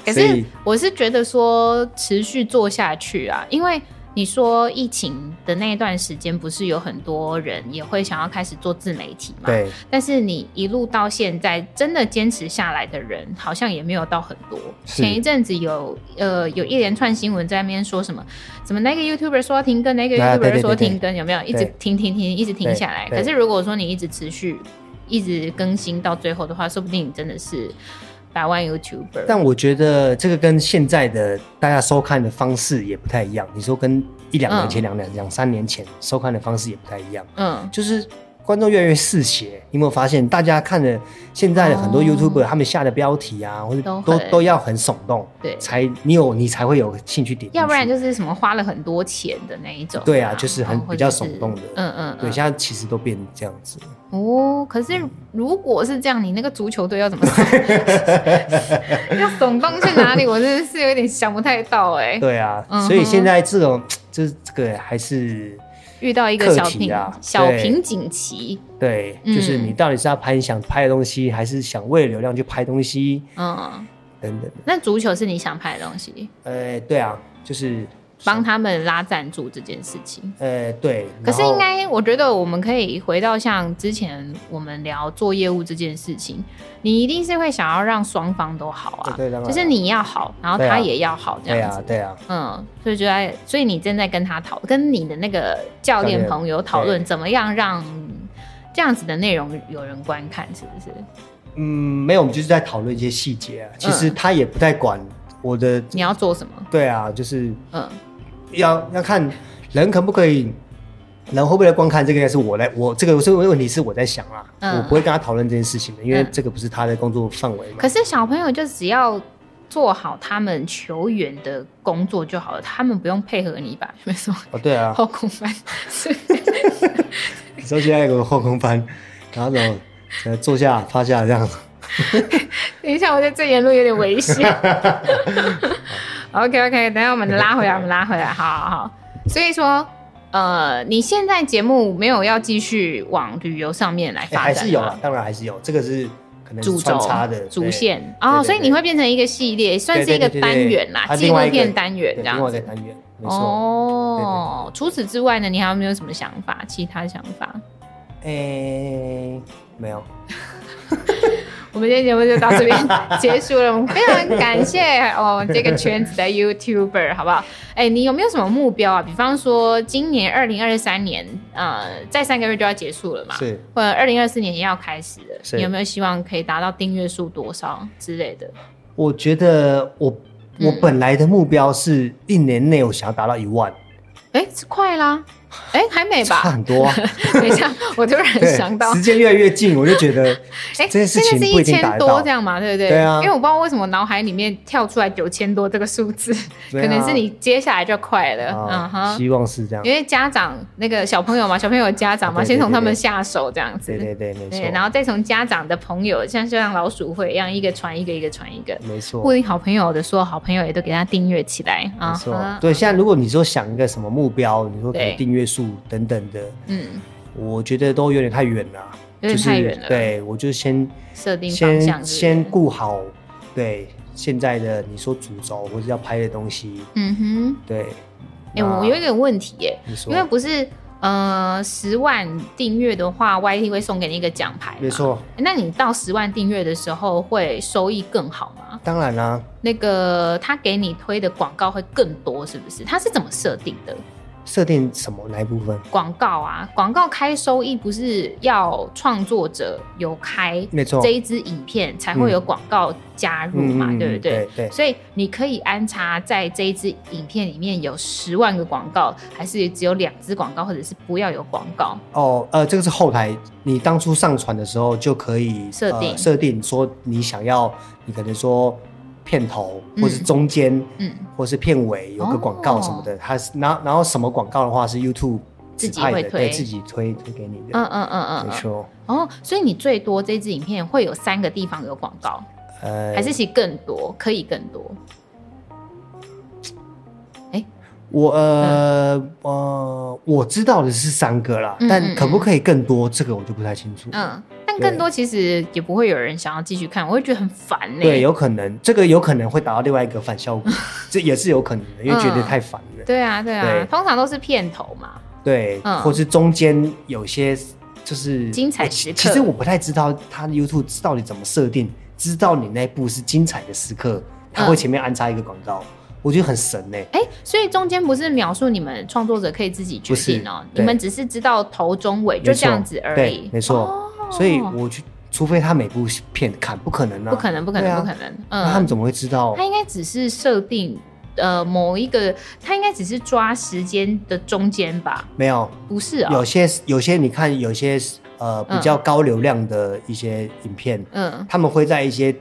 Speaker 1: 可
Speaker 2: 所
Speaker 1: 是
Speaker 2: 以
Speaker 1: 我是觉得说持续做下去啊，因为你说疫情的那一段时间，不是有很多人也会想要开始做自媒体嘛？。
Speaker 2: 对
Speaker 1: 但是你一路到现在，真的坚持下来的人，好像也没有到很多。
Speaker 2: 是
Speaker 1: 前一阵子有呃有一连串新闻在那边说什么，怎么那个 YouTuber 说要停更，那个
Speaker 2: 啊对
Speaker 1: YouTuber
Speaker 2: 对
Speaker 1: 说
Speaker 2: 对对
Speaker 1: 停更，有没有一直
Speaker 2: 对
Speaker 1: 停停停，一直停
Speaker 2: 对
Speaker 1: 下来？
Speaker 2: 对
Speaker 1: 可是如果说你一直持续一直更新到最后的话，说不定你真的是百万 YouTuber。
Speaker 2: 但我觉得这个跟现在的大家收看的方式也不太一样。你说跟一两年前、两两两三年前收看的方式也不太一样，
Speaker 1: 嗯，
Speaker 2: 就是观众越来越嗜血。你有没有发现，大家看的现在的很多
Speaker 1: 哦
Speaker 2: YouTuber、他们下的标题啊，或者
Speaker 1: 都
Speaker 2: 都
Speaker 1: 很
Speaker 2: 都要很耸动，
Speaker 1: 对
Speaker 2: 才你有你才会有兴趣点进去。
Speaker 1: 要不然就是什么花了很多钱的那一种。
Speaker 2: 对啊，就是很
Speaker 1: 或者
Speaker 2: 比较
Speaker 1: 是
Speaker 2: 耸动的。
Speaker 1: 嗯嗯，
Speaker 2: 对，
Speaker 1: 嗯
Speaker 2: 现在其实都变这样子。
Speaker 1: 哦，可是如果是这样，你那个足球队要 怎么 送？要耸动去哪里？我真的是有点想不太到哎、
Speaker 2: 对啊，
Speaker 1: 嗯哼
Speaker 2: 所以现在这种这这个还是
Speaker 1: 遇到一个
Speaker 2: 课
Speaker 1: 小
Speaker 2: 题
Speaker 1: 瓶、
Speaker 2: 啊
Speaker 1: 小
Speaker 2: 对
Speaker 1: 瓶颈期，
Speaker 2: 对，就是
Speaker 1: 嗯
Speaker 2: 你到底是要拍你想拍的东西，还是想为了流量去拍东西
Speaker 1: 嗯，
Speaker 2: 等等。
Speaker 1: 那足球是你想拍的东西，
Speaker 2: 呃，对啊，就是
Speaker 1: 帮他们拉赞助这件事情。
Speaker 2: 呃对。
Speaker 1: 可是
Speaker 2: 然后
Speaker 1: 应该，我觉得我们可以回到像之前我们聊做业务这件事情，你一定是会想要让双方都好啊，
Speaker 2: 对对当然
Speaker 1: 就是你要好，然后
Speaker 2: 对啊
Speaker 1: 他也要好，这
Speaker 2: 对
Speaker 1: 样子。
Speaker 2: 啊对啊，
Speaker 1: 嗯，所以就在，所以你正在跟他讨，跟你的那个教练朋友讨论
Speaker 2: 对
Speaker 1: 怎么样让这样子的内容有人观看，是不是？
Speaker 2: 嗯，没有，我们就是在讨论一些细节
Speaker 1: 嗯
Speaker 2: 啊。其实他也不太管我的，
Speaker 1: 你要做什么？
Speaker 2: 对啊，就是
Speaker 1: 嗯，
Speaker 2: 要要看人可不可以。人会不会来观看这个？应该是我来，我这个这个问题是我在想啊，
Speaker 1: 嗯
Speaker 2: 我不会跟他讨论这件事情的，因为
Speaker 1: 嗯
Speaker 2: 这个不是他的工作范围嘛。
Speaker 1: 可是小朋友就只要做好他们球员的工作就好了，他们不用配合你吧？ 没错，
Speaker 2: 哦，对啊，
Speaker 1: 后空 翻是
Speaker 2: 你说现在有个后空翻，然后怎么呃坐下趴下这样？
Speaker 1: 啊等一下，我觉得这言论有点危 险。OK OK，等一下我们拉 回来，我们拉回来，好好好。所以说，呃，你现在节目没有要继续往旅游上面来
Speaker 2: 欸、
Speaker 1: 发
Speaker 2: 还
Speaker 1: 展吗、
Speaker 2: 是有啊，当然还是有，这个是可能
Speaker 1: 主
Speaker 2: 是穿
Speaker 1: 轴
Speaker 2: 插的
Speaker 1: 主
Speaker 2: 对
Speaker 1: 线
Speaker 2: 对
Speaker 1: 哦，
Speaker 2: 对
Speaker 1: 所以
Speaker 2: 对
Speaker 1: 你会变成一个系列，算是一个
Speaker 2: 对对对对
Speaker 1: 单元啦，
Speaker 2: 它
Speaker 1: 纪
Speaker 2: 另外
Speaker 1: 录
Speaker 2: 一个
Speaker 1: 片单元
Speaker 2: 对
Speaker 1: 这
Speaker 2: 另外
Speaker 1: 样
Speaker 2: 一个
Speaker 1: 子。
Speaker 2: 单元，没错。
Speaker 1: 哦，除此之外呢，你还有没有什么想法？其他想法？
Speaker 2: 诶、哎没有，
Speaker 1: 我们今天节目就到 这边结束了，我们非常感谢哦这个圈子的 YouTuber，好不好？哎，你有没有什么目标啊？比方说今年二零二三年，呃，再三个月就要结束了嘛，
Speaker 2: 是
Speaker 1: 或者二零二四年也要开始了，
Speaker 2: 是
Speaker 1: 你有没有希望可以达到订阅数多少之类的？
Speaker 2: 我觉得我我
Speaker 1: 嗯
Speaker 2: 本来的目标是一年内我想要达到一万，
Speaker 1: 哎，是快啦，哎，还没
Speaker 2: 差
Speaker 1: 吧？
Speaker 2: 很多、啊。
Speaker 1: 等一下，我突然
Speaker 2: 对
Speaker 1: 想到，
Speaker 2: 时间越来越近，我就觉 得
Speaker 1: 哎，
Speaker 2: 这件事
Speaker 1: 现
Speaker 2: 情
Speaker 1: 在是
Speaker 2: 不
Speaker 1: 一
Speaker 2: 一定
Speaker 1: 千
Speaker 2: 达得
Speaker 1: 多
Speaker 2: 到
Speaker 1: 这。样嘛，对不对？
Speaker 2: 对啊
Speaker 1: 因为我不知道为什么脑海里面跳出来九千多这个数字，
Speaker 2: 对
Speaker 1: 可能
Speaker 2: 啊
Speaker 1: 是你接下来就快了，嗯
Speaker 2: 啊，
Speaker 1: 哼。
Speaker 2: 希望是这样
Speaker 1: 因。为家长那个小朋友嘛，小朋友的家长嘛，
Speaker 2: 啊对
Speaker 1: 先从他
Speaker 2: 对
Speaker 1: 们
Speaker 2: 对
Speaker 1: 下手这样子，
Speaker 2: 对对对，没
Speaker 1: 对然
Speaker 2: 错，
Speaker 1: 后再从家长的朋友，像就像老鼠会一样，一个传一个，一个传一个。
Speaker 2: 没
Speaker 1: 不
Speaker 2: 错，
Speaker 1: 一定好朋友的说，好朋友也都给他订阅起来啊
Speaker 2: 没错
Speaker 1: 哈。
Speaker 2: 对，现在如果你说想一个什么目标，你说可
Speaker 1: 对
Speaker 2: 能订阅数等等的，
Speaker 1: 嗯，
Speaker 2: 我觉得都有点太远了啊，
Speaker 1: 有点太远
Speaker 2: 就
Speaker 1: 了
Speaker 2: 是、对我就先
Speaker 1: 设定方向
Speaker 2: 先
Speaker 1: 是不是
Speaker 2: 先顾好对现在的你说主轴或者要拍的东西，
Speaker 1: 嗯哼。
Speaker 2: 对。
Speaker 1: 哎、我
Speaker 2: 那
Speaker 1: 有一点问题耶、
Speaker 2: 啊你说
Speaker 1: 因为不是呃十万订阅的话，YT 会送给你一个奖牌嘛哎
Speaker 2: 没。错，
Speaker 1: 那你到十万订阅的时候，会收益更好吗？
Speaker 2: 当然啦、
Speaker 1: 那个他给你推的广告会更多，是不是？他是怎么设定的？
Speaker 2: 设定什么哪一部分？
Speaker 1: 广告啊，广告开收益不是要创作者有开
Speaker 2: 没错嗯
Speaker 1: 这一支影片才会有广告加入嘛，对不对？
Speaker 2: 对对
Speaker 1: 所以你可以安插在这一支影片里面有十万个广告，还是只有两支广告，或者是不要有广告？
Speaker 2: 哦，呃，这个是后台你当初上传的时候就可以
Speaker 1: 设
Speaker 2: 呃
Speaker 1: 定
Speaker 2: 设定说你想要，你可能说片头
Speaker 1: 嗯
Speaker 2: 或是中间，
Speaker 1: 嗯，
Speaker 2: 或是片尾有个广告什么的，它是然后然后什么广告的话是 YouTube
Speaker 1: 自己
Speaker 2: 指派的
Speaker 1: 会推
Speaker 2: 对自己推推给你
Speaker 1: 嗯嗯
Speaker 2: 的，
Speaker 1: 嗯嗯，嗯
Speaker 2: 没错，
Speaker 1: 哦，所以你最多这支影片会有三个地方有广告，
Speaker 2: 呃
Speaker 1: 还是其实更多，可以更多。
Speaker 2: 我呃呃，我知道的是三个啦，
Speaker 1: 嗯
Speaker 2: 但可不可以更多，这个我就不太清楚。
Speaker 1: 嗯，但
Speaker 2: 对
Speaker 1: 更多其实也不会有人想要继续看，我会觉得很烦欸呢、
Speaker 2: 对，有可能，这个有可能会达到另外一个反 效果，这也是有可能的，因为觉得太烦了。
Speaker 1: 对啊，对啊，
Speaker 2: 对
Speaker 1: 通常都是片头嘛。
Speaker 2: 对，
Speaker 1: 嗯
Speaker 2: 或是中间有些就是
Speaker 1: 精彩
Speaker 2: 我其
Speaker 1: 时刻
Speaker 2: 其实我不太知道它 YouTube 到底怎么设定，知道你那部是精彩的时刻，它会
Speaker 1: 嗯
Speaker 2: 前面安插一个广告，我觉得很神呢、
Speaker 1: 哎、所以中间不是描述你们创作者可以自己决定哦、
Speaker 2: 不是
Speaker 1: 你们只是知道头中尾就
Speaker 2: 没错
Speaker 1: 这样子而已
Speaker 2: 对，。没错。
Speaker 1: 哦
Speaker 2: 所以我去，除非他每部片看，不可能啊，
Speaker 1: 不可能，不可
Speaker 2: 对
Speaker 1: 能，
Speaker 2: 啊
Speaker 1: 不可能。
Speaker 2: 那他们
Speaker 1: 嗯，
Speaker 2: 怎么会知道？
Speaker 1: 他应该只是设定呃某一个，他应该只是抓时间的中间吧？
Speaker 2: 没有，
Speaker 1: 不是啊、
Speaker 2: 有些有些你看，有些呃比较高流量的一些影片，
Speaker 1: 嗯，
Speaker 2: 他们会在一些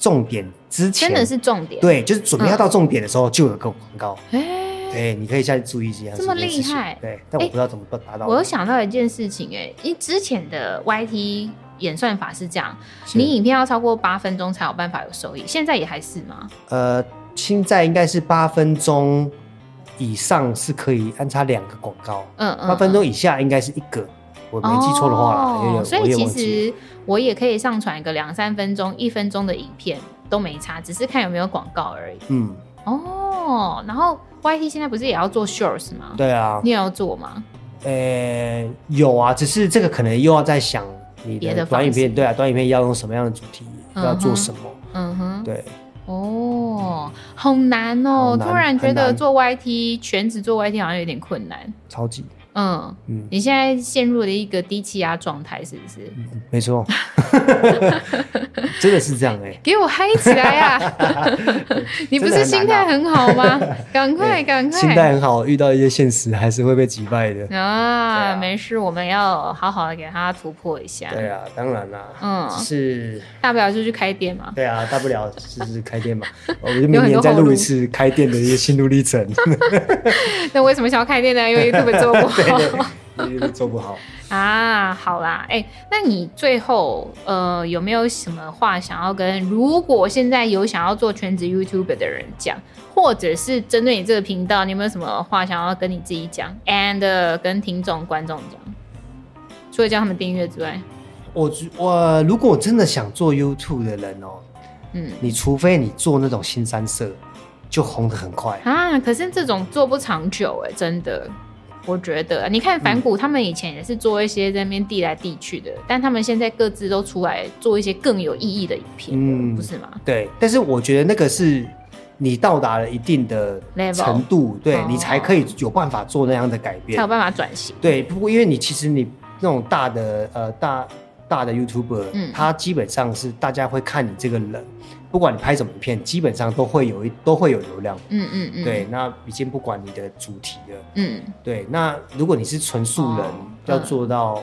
Speaker 2: 重点之前，
Speaker 1: 真的是重点。，
Speaker 2: 对，就是准备要到重点的时候就有个广告。
Speaker 1: 哎、
Speaker 2: 对，你可以下去注意一下
Speaker 1: 这么
Speaker 2: 件事情
Speaker 1: 厉害哎
Speaker 2: 对，但我不知道怎么达到。
Speaker 1: 我又想到一件事情、哎，因为之前的 YT 演算法是这样，
Speaker 2: 是
Speaker 1: 你影片要超过八分钟才有办法有收益，现在也还是吗？
Speaker 2: 呃，现在应该是八分钟以上是可以安插两个广告，
Speaker 1: 嗯嗯，
Speaker 2: 八分钟以下应该是一个，我没记错的话啦，因
Speaker 1: 哦
Speaker 2: 为我
Speaker 1: 所
Speaker 2: 我
Speaker 1: 以
Speaker 2: 也
Speaker 1: 其
Speaker 2: 忘记了。
Speaker 1: 实我也可以上传个两三分钟、一分钟的影片都没差，只是看有没有广告而已。
Speaker 2: 嗯，
Speaker 1: 哦，然后 YT 现在不是也要做 Shorts 吗？
Speaker 2: 对啊，
Speaker 1: 你也要做吗？
Speaker 2: 呃，有啊，只是这个可能又要在想你
Speaker 1: 别的
Speaker 2: 的
Speaker 1: 方
Speaker 2: 短影片，
Speaker 1: 式
Speaker 2: 对啊，短影片要用什么样的主题，
Speaker 1: 嗯哼
Speaker 2: 要做什么，
Speaker 1: 嗯哼，
Speaker 2: 对，
Speaker 1: 哦，好难哦，
Speaker 2: 好难
Speaker 1: 突然觉
Speaker 2: 很
Speaker 1: 得
Speaker 2: 难
Speaker 1: 做 YT 全职做 YT 好像有点困难。
Speaker 2: 超级，
Speaker 1: 嗯，
Speaker 2: 嗯，
Speaker 1: 你现在陷入了一个低气压状态，是不是？
Speaker 2: 没错，真的是这样哎、
Speaker 1: 给我嗨起来 啊！你不是心态很好吗？赶快，赶快！
Speaker 2: 心态很好，遇到一些现实还是会被击败的。
Speaker 1: 啊，
Speaker 2: 对啊
Speaker 1: 没事，我们要好好的给他突破一下。
Speaker 2: 对啊，当然啦，
Speaker 1: 嗯
Speaker 2: 只是
Speaker 1: 大不了就去开店嘛。
Speaker 2: 对啊，大不了就是 开店嘛，我们就
Speaker 1: 有
Speaker 2: 明
Speaker 1: 很
Speaker 2: 年
Speaker 1: 多
Speaker 2: 再
Speaker 1: 后
Speaker 2: 录
Speaker 1: 路
Speaker 2: 一次开店的一些心路历 程，
Speaker 1: 那为什么想要开店呢？因为 YouTube 做不 好
Speaker 2: 因为做不好。
Speaker 1: 啊。好啦，哎、那你最后呃有没有什么话想要跟如果现在有想要做全职 YouTube 的人讲，或者是针对你这个频道，你有没有什么话想要跟你自己讲，and、跟呃听众观众讲？除了叫他们订阅之外，
Speaker 2: 我觉我如果真的想做 YouTube 的人哦，
Speaker 1: 嗯
Speaker 2: 你除非你做那种新三色，就红的很 快。
Speaker 1: 啊，可是这种做不长久哎、真的。我觉得，你看反骨他们以前也是做一些在那边递来递去的，但他们现在各自都出来做一些更有意义的影片了，
Speaker 2: 嗯
Speaker 1: 不是吗？
Speaker 2: 对，但是我觉得那个是你到达了一定的
Speaker 1: Level
Speaker 2: 程度，对
Speaker 1: 哦
Speaker 2: 你才可以有办法做那样的改变
Speaker 1: 才有。办法转型。
Speaker 2: 对，不过因为你其实你那种大的呃大大的 YouTuber，、
Speaker 1: 嗯
Speaker 2: 他基本上是大家会看你这个人，不管你拍什么片，基本上都会有一都会有流量。
Speaker 1: 嗯嗯嗯，
Speaker 2: 对，，那已经不管你的主题了。
Speaker 1: 嗯，
Speaker 2: 对，那如果你是纯素人，
Speaker 1: 哦嗯
Speaker 2: 要做到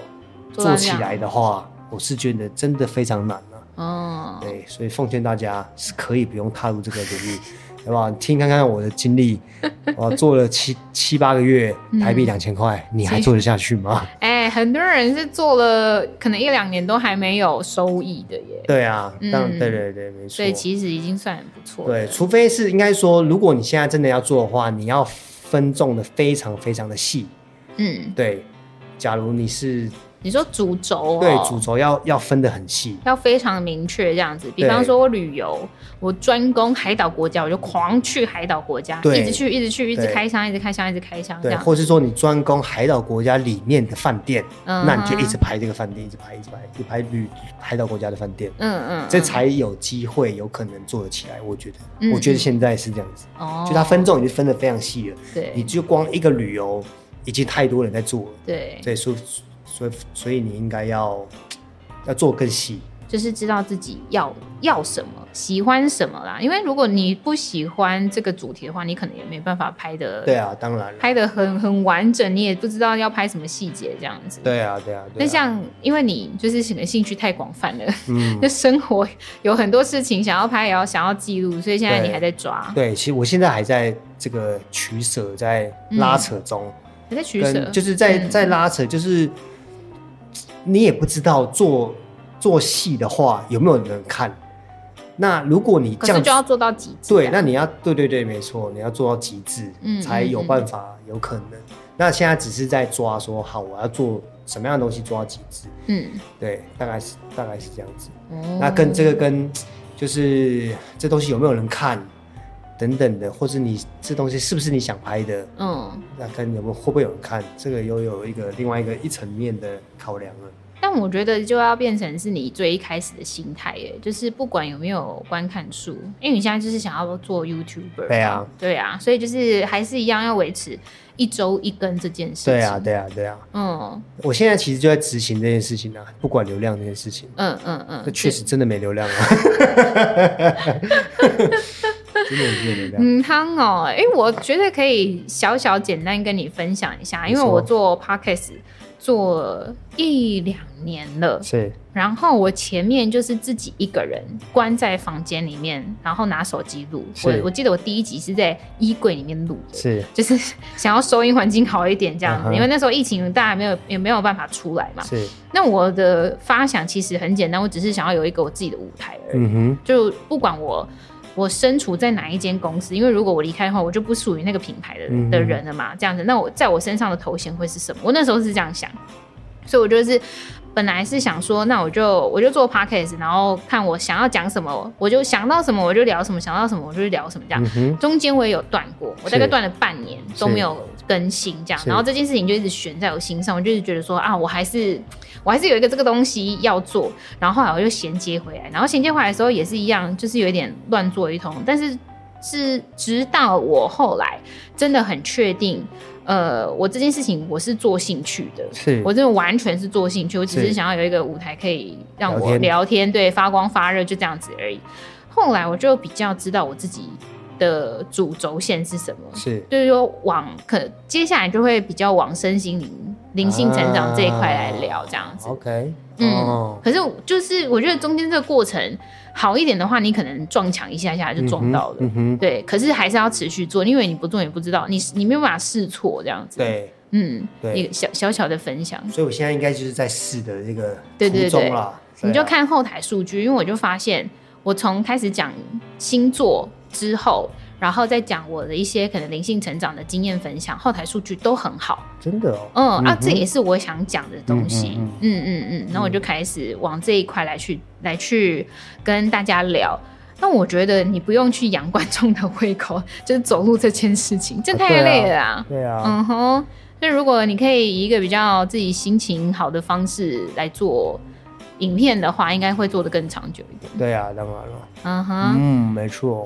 Speaker 1: 做到
Speaker 2: 做
Speaker 1: 那
Speaker 2: 起来的话，我是觉得真的非常难啊。
Speaker 1: 哦，
Speaker 2: 对，所以奉劝大家是可以不用踏入这个领域， 对吧？听看看我的经历， 我做了七七八个月，
Speaker 1: 嗯
Speaker 2: 台币两千块，你还做得下去吗？
Speaker 1: 哎、很多人是做了可能一两年都还没有收益的耶，
Speaker 2: 对啊，当然
Speaker 1: 嗯
Speaker 2: 对对对，没错
Speaker 1: 所以。其实已经算很不错了。
Speaker 2: 对，除非是应该说，如果你现在真的要做的话，你要分众的非常非常的细。
Speaker 1: 嗯
Speaker 2: 对，假如你是
Speaker 1: 你说主轴、哦、
Speaker 2: 对主轴要要分得很细。
Speaker 1: 要非常明确这样子。比方
Speaker 2: 对
Speaker 1: 说，我旅游，我专攻海岛国家，我就狂去海岛国家，
Speaker 2: 对
Speaker 1: 一直去，一直去，一直
Speaker 2: 对
Speaker 1: 开箱，一直开箱，一直开箱这
Speaker 2: 对，
Speaker 1: 样。
Speaker 2: 或是说你专攻海岛国家里面的饭店，
Speaker 1: 嗯
Speaker 2: 那你就一直排这个饭店，一直排，一直排，一直排旅海岛国家的饭店，
Speaker 1: 嗯嗯，
Speaker 2: 这
Speaker 1: 嗯
Speaker 2: 才有机会有可能做得起来。我觉得，
Speaker 1: 嗯
Speaker 2: 我觉得现在是这样子，
Speaker 1: 哦，
Speaker 2: 就它分众已经分得非常细了，你
Speaker 1: 对
Speaker 2: 就光一个旅游已经太多人在做了，
Speaker 1: 对，
Speaker 2: 对，所以所以所以你应该要要做更细，
Speaker 1: 就是知道自己要要什么，喜欢什么啦。因为如果你不喜欢这个主题的话，你可能也没办法拍的，
Speaker 2: 对啊，当然了，
Speaker 1: 拍的很很完整，你也不知道要拍什么细节这样子。。
Speaker 2: 对啊，对啊，对
Speaker 1: 那
Speaker 2: 啊，
Speaker 1: 像，因为你就是可能兴趣太广泛了，
Speaker 2: 嗯
Speaker 1: 就，生活有很多事情想要拍，也要想要记录，所以现在
Speaker 2: 对
Speaker 1: 你还在抓，
Speaker 2: 对，其实我现在还在这个取舍，在
Speaker 1: 嗯
Speaker 2: 拉扯中。
Speaker 1: 还在取舍
Speaker 2: 跟，就是在
Speaker 1: 嗯
Speaker 2: 在拉扯，就是你也不知道做做戏的话有没有人看。那如果你这
Speaker 1: 可是
Speaker 2: 样
Speaker 1: 就要做到极致啊。
Speaker 2: 对，那你要对对对，没错，你要做到极致，
Speaker 1: 嗯
Speaker 2: 才有
Speaker 1: 嗯嗯
Speaker 2: 办法有可能。那现在只是在抓说，好，我要做什么样的东西做到极致，
Speaker 1: 嗯，
Speaker 2: 对，大概是大概是这样子。
Speaker 1: 哦
Speaker 2: 那跟这个跟就是这东西有没有人看等等的，或者你这东西是不是你想拍的，
Speaker 1: 嗯，
Speaker 2: 那看有没有会不会有人看，这个又有一个另外一个一层面的考量啊了。
Speaker 1: 但我觉得就要变成是你最一开始的心态，耶，就是不管有没有观看数，因为你现在就是想要做 YouTuber，
Speaker 2: 对啊，
Speaker 1: 对啊，所以就是还是一样要维持一周一更这件事情。
Speaker 2: 对啊，，对啊，对啊，
Speaker 1: 嗯
Speaker 2: 我现在其实就在执行这件事情啊，不管流量这件事情，
Speaker 1: 嗯嗯嗯，
Speaker 2: 那确实真的没流量啊， 真的没流量。
Speaker 1: 嗯，汤哦，因为我觉得可以小小简单跟你分享一下，
Speaker 2: 你
Speaker 1: 因为
Speaker 2: 说
Speaker 1: 我做 podcast 做一两年了，
Speaker 2: 是，
Speaker 1: 然后我前面就是自己一个人关在房间里面，然后拿手机录。我
Speaker 2: 是
Speaker 1: 我记得我第一集是在衣柜里面录的，
Speaker 2: 是
Speaker 1: 就是 想要收音环境好一点这样
Speaker 2: 嗯
Speaker 1: 子，
Speaker 2: 哼
Speaker 1: 因为那时候疫情大家没有也没有办法出来嘛。
Speaker 2: 是，
Speaker 1: 那我的发想其实很简单，我只是想要有一个我自己的舞台而已。
Speaker 2: 嗯哼，
Speaker 1: 就不管我我身处在哪一间公司，因为如果我离开的话，我就不属于那个品牌的
Speaker 2: 嗯
Speaker 1: 的人了嘛。这样子，那我在我身上的头衔会是什么？我那时候是这样想，所以我就是本来是想说，那我就我就做 podcast，然后看我想要讲什么，我就想到什么我就聊什么，想到什么我就聊什么这样。
Speaker 2: 嗯哼，
Speaker 1: 中间我也有断过，我大概
Speaker 2: 是
Speaker 1: 断了半年都没有更新这样，
Speaker 2: 是
Speaker 1: 然后这件事情就一直悬在我心上，我就是觉得说啊，我还是我还是有一个这个东西要做，然后后来我就衔接回来，然后衔接回来的时候也是一样，就是有一点乱做一通，但是是直到我后来真的很确定，呃，我这件事情我是做兴趣的，
Speaker 2: 是
Speaker 1: 我真的完全是做兴趣，我只是
Speaker 2: 嗯是
Speaker 1: 想要有一个舞台可以让我
Speaker 2: 聊天
Speaker 1: 聊天，对，发光发热就这样子而已。后来我就比较知道我自己的主轴线是什么，
Speaker 2: 是，
Speaker 1: 就是说往可接下来就会比较往身心灵、灵性成长这一块来聊这样子。
Speaker 2: 啊 OK，
Speaker 1: 嗯
Speaker 2: 哦，
Speaker 1: 可是我就是我觉得中间这个过程好一点的话，你可能撞墙一下下就撞到了。
Speaker 2: 嗯哼，嗯哼
Speaker 1: 对，可是还是要持续做，因为你不做也不知道，你你没有办法试错这样子。，
Speaker 2: 对，
Speaker 1: 嗯，
Speaker 2: 对
Speaker 1: 一个小小小的分享。
Speaker 2: 所以我现在应该就是在试的这个
Speaker 1: 对对
Speaker 2: 途中
Speaker 1: 对
Speaker 2: 啦，
Speaker 1: 你
Speaker 2: 对
Speaker 1: 就
Speaker 2: 啊，
Speaker 1: 看后台数据，因为我就发现，我从开始讲星座之后，然后再讲我的一些可能灵性成长的经验分享，后台数据都很好。
Speaker 2: 真的哦，
Speaker 1: 嗯啊，
Speaker 2: 哼
Speaker 1: 这也是我想讲的东西。
Speaker 2: 嗯
Speaker 1: 嗯嗯嗯，然后我就开始往这一块来去来去跟大家聊。那我觉得你不用去养观众的胃口，就是走路这件事情，这
Speaker 2: 啊
Speaker 1: 太
Speaker 2: 对啊
Speaker 1: 累了啊。
Speaker 2: 对啊，
Speaker 1: 嗯哼，那如果你可以以一个比较自己心情好的方式来做影片的话，应该会做得更长久一点。
Speaker 2: 对啊，当然了，
Speaker 1: 嗯哼，
Speaker 2: 嗯，没错，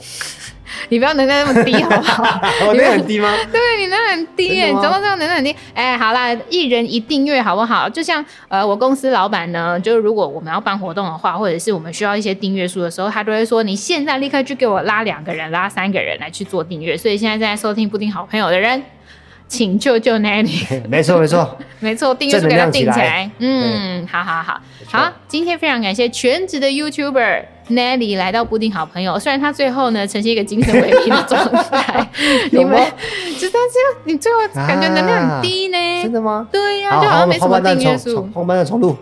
Speaker 1: 你不要能量那么低好不好？
Speaker 2: 我那很低吗？
Speaker 1: 对你能量很低耶，
Speaker 2: 真
Speaker 1: 你怎
Speaker 2: 的吗
Speaker 1: 么这样能量很低？哎，好啦，一人一订阅好不好？就像呃，我公司老板呢，就是如果我们要办活动的话，或者是我们需要一些订阅数的时候，他都会说你现在立刻去给我拉两个人、拉三个人来去做订阅。所以现在正在收听布丁好朋友的人，请救救 Nanny。
Speaker 2: 没错没错，
Speaker 1: 没错，订阅数给它定起来。嗯，好好好，
Speaker 2: 没错
Speaker 1: 好，今天非常感谢全职的 YouTuber Nelly 来到布丁好朋友。虽然他最后呢呈现一个精神萎靡的状 态，你
Speaker 2: 有吗
Speaker 1: 们就但是你最后感觉能量很低呢。
Speaker 2: 啊真的吗？
Speaker 1: 对呀、
Speaker 2: 好
Speaker 1: 就好
Speaker 2: 好，我
Speaker 1: 像没
Speaker 2: 们
Speaker 1: 什
Speaker 2: 后
Speaker 1: 么
Speaker 2: 半段
Speaker 1: 订阅
Speaker 2: 重
Speaker 1: 数
Speaker 2: 重，后半段重录，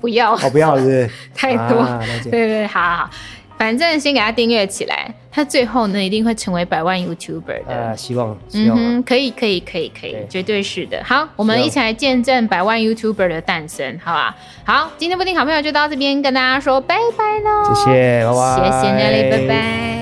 Speaker 1: 不要
Speaker 2: 哦，不要了，是不是
Speaker 1: 太多。
Speaker 2: 啊了
Speaker 1: 对
Speaker 2: 解
Speaker 1: 对对，好好好。反正先给他订阅起来，他最后呢一定会成为百万 YouTuber
Speaker 2: 呃，
Speaker 1: 的。
Speaker 2: 希望希
Speaker 1: 嗯
Speaker 2: 望啊、
Speaker 1: 哼，可以，可以，可以，可以
Speaker 2: 对，
Speaker 1: 绝对是的。好，我们一起来见证百万 YouTuber 的诞生，好吧？好，今天布丁好朋友就到这边跟大家说拜拜喽，
Speaker 2: 谢谢，拜拜，
Speaker 1: 谢谢 Nelly，拜。拜。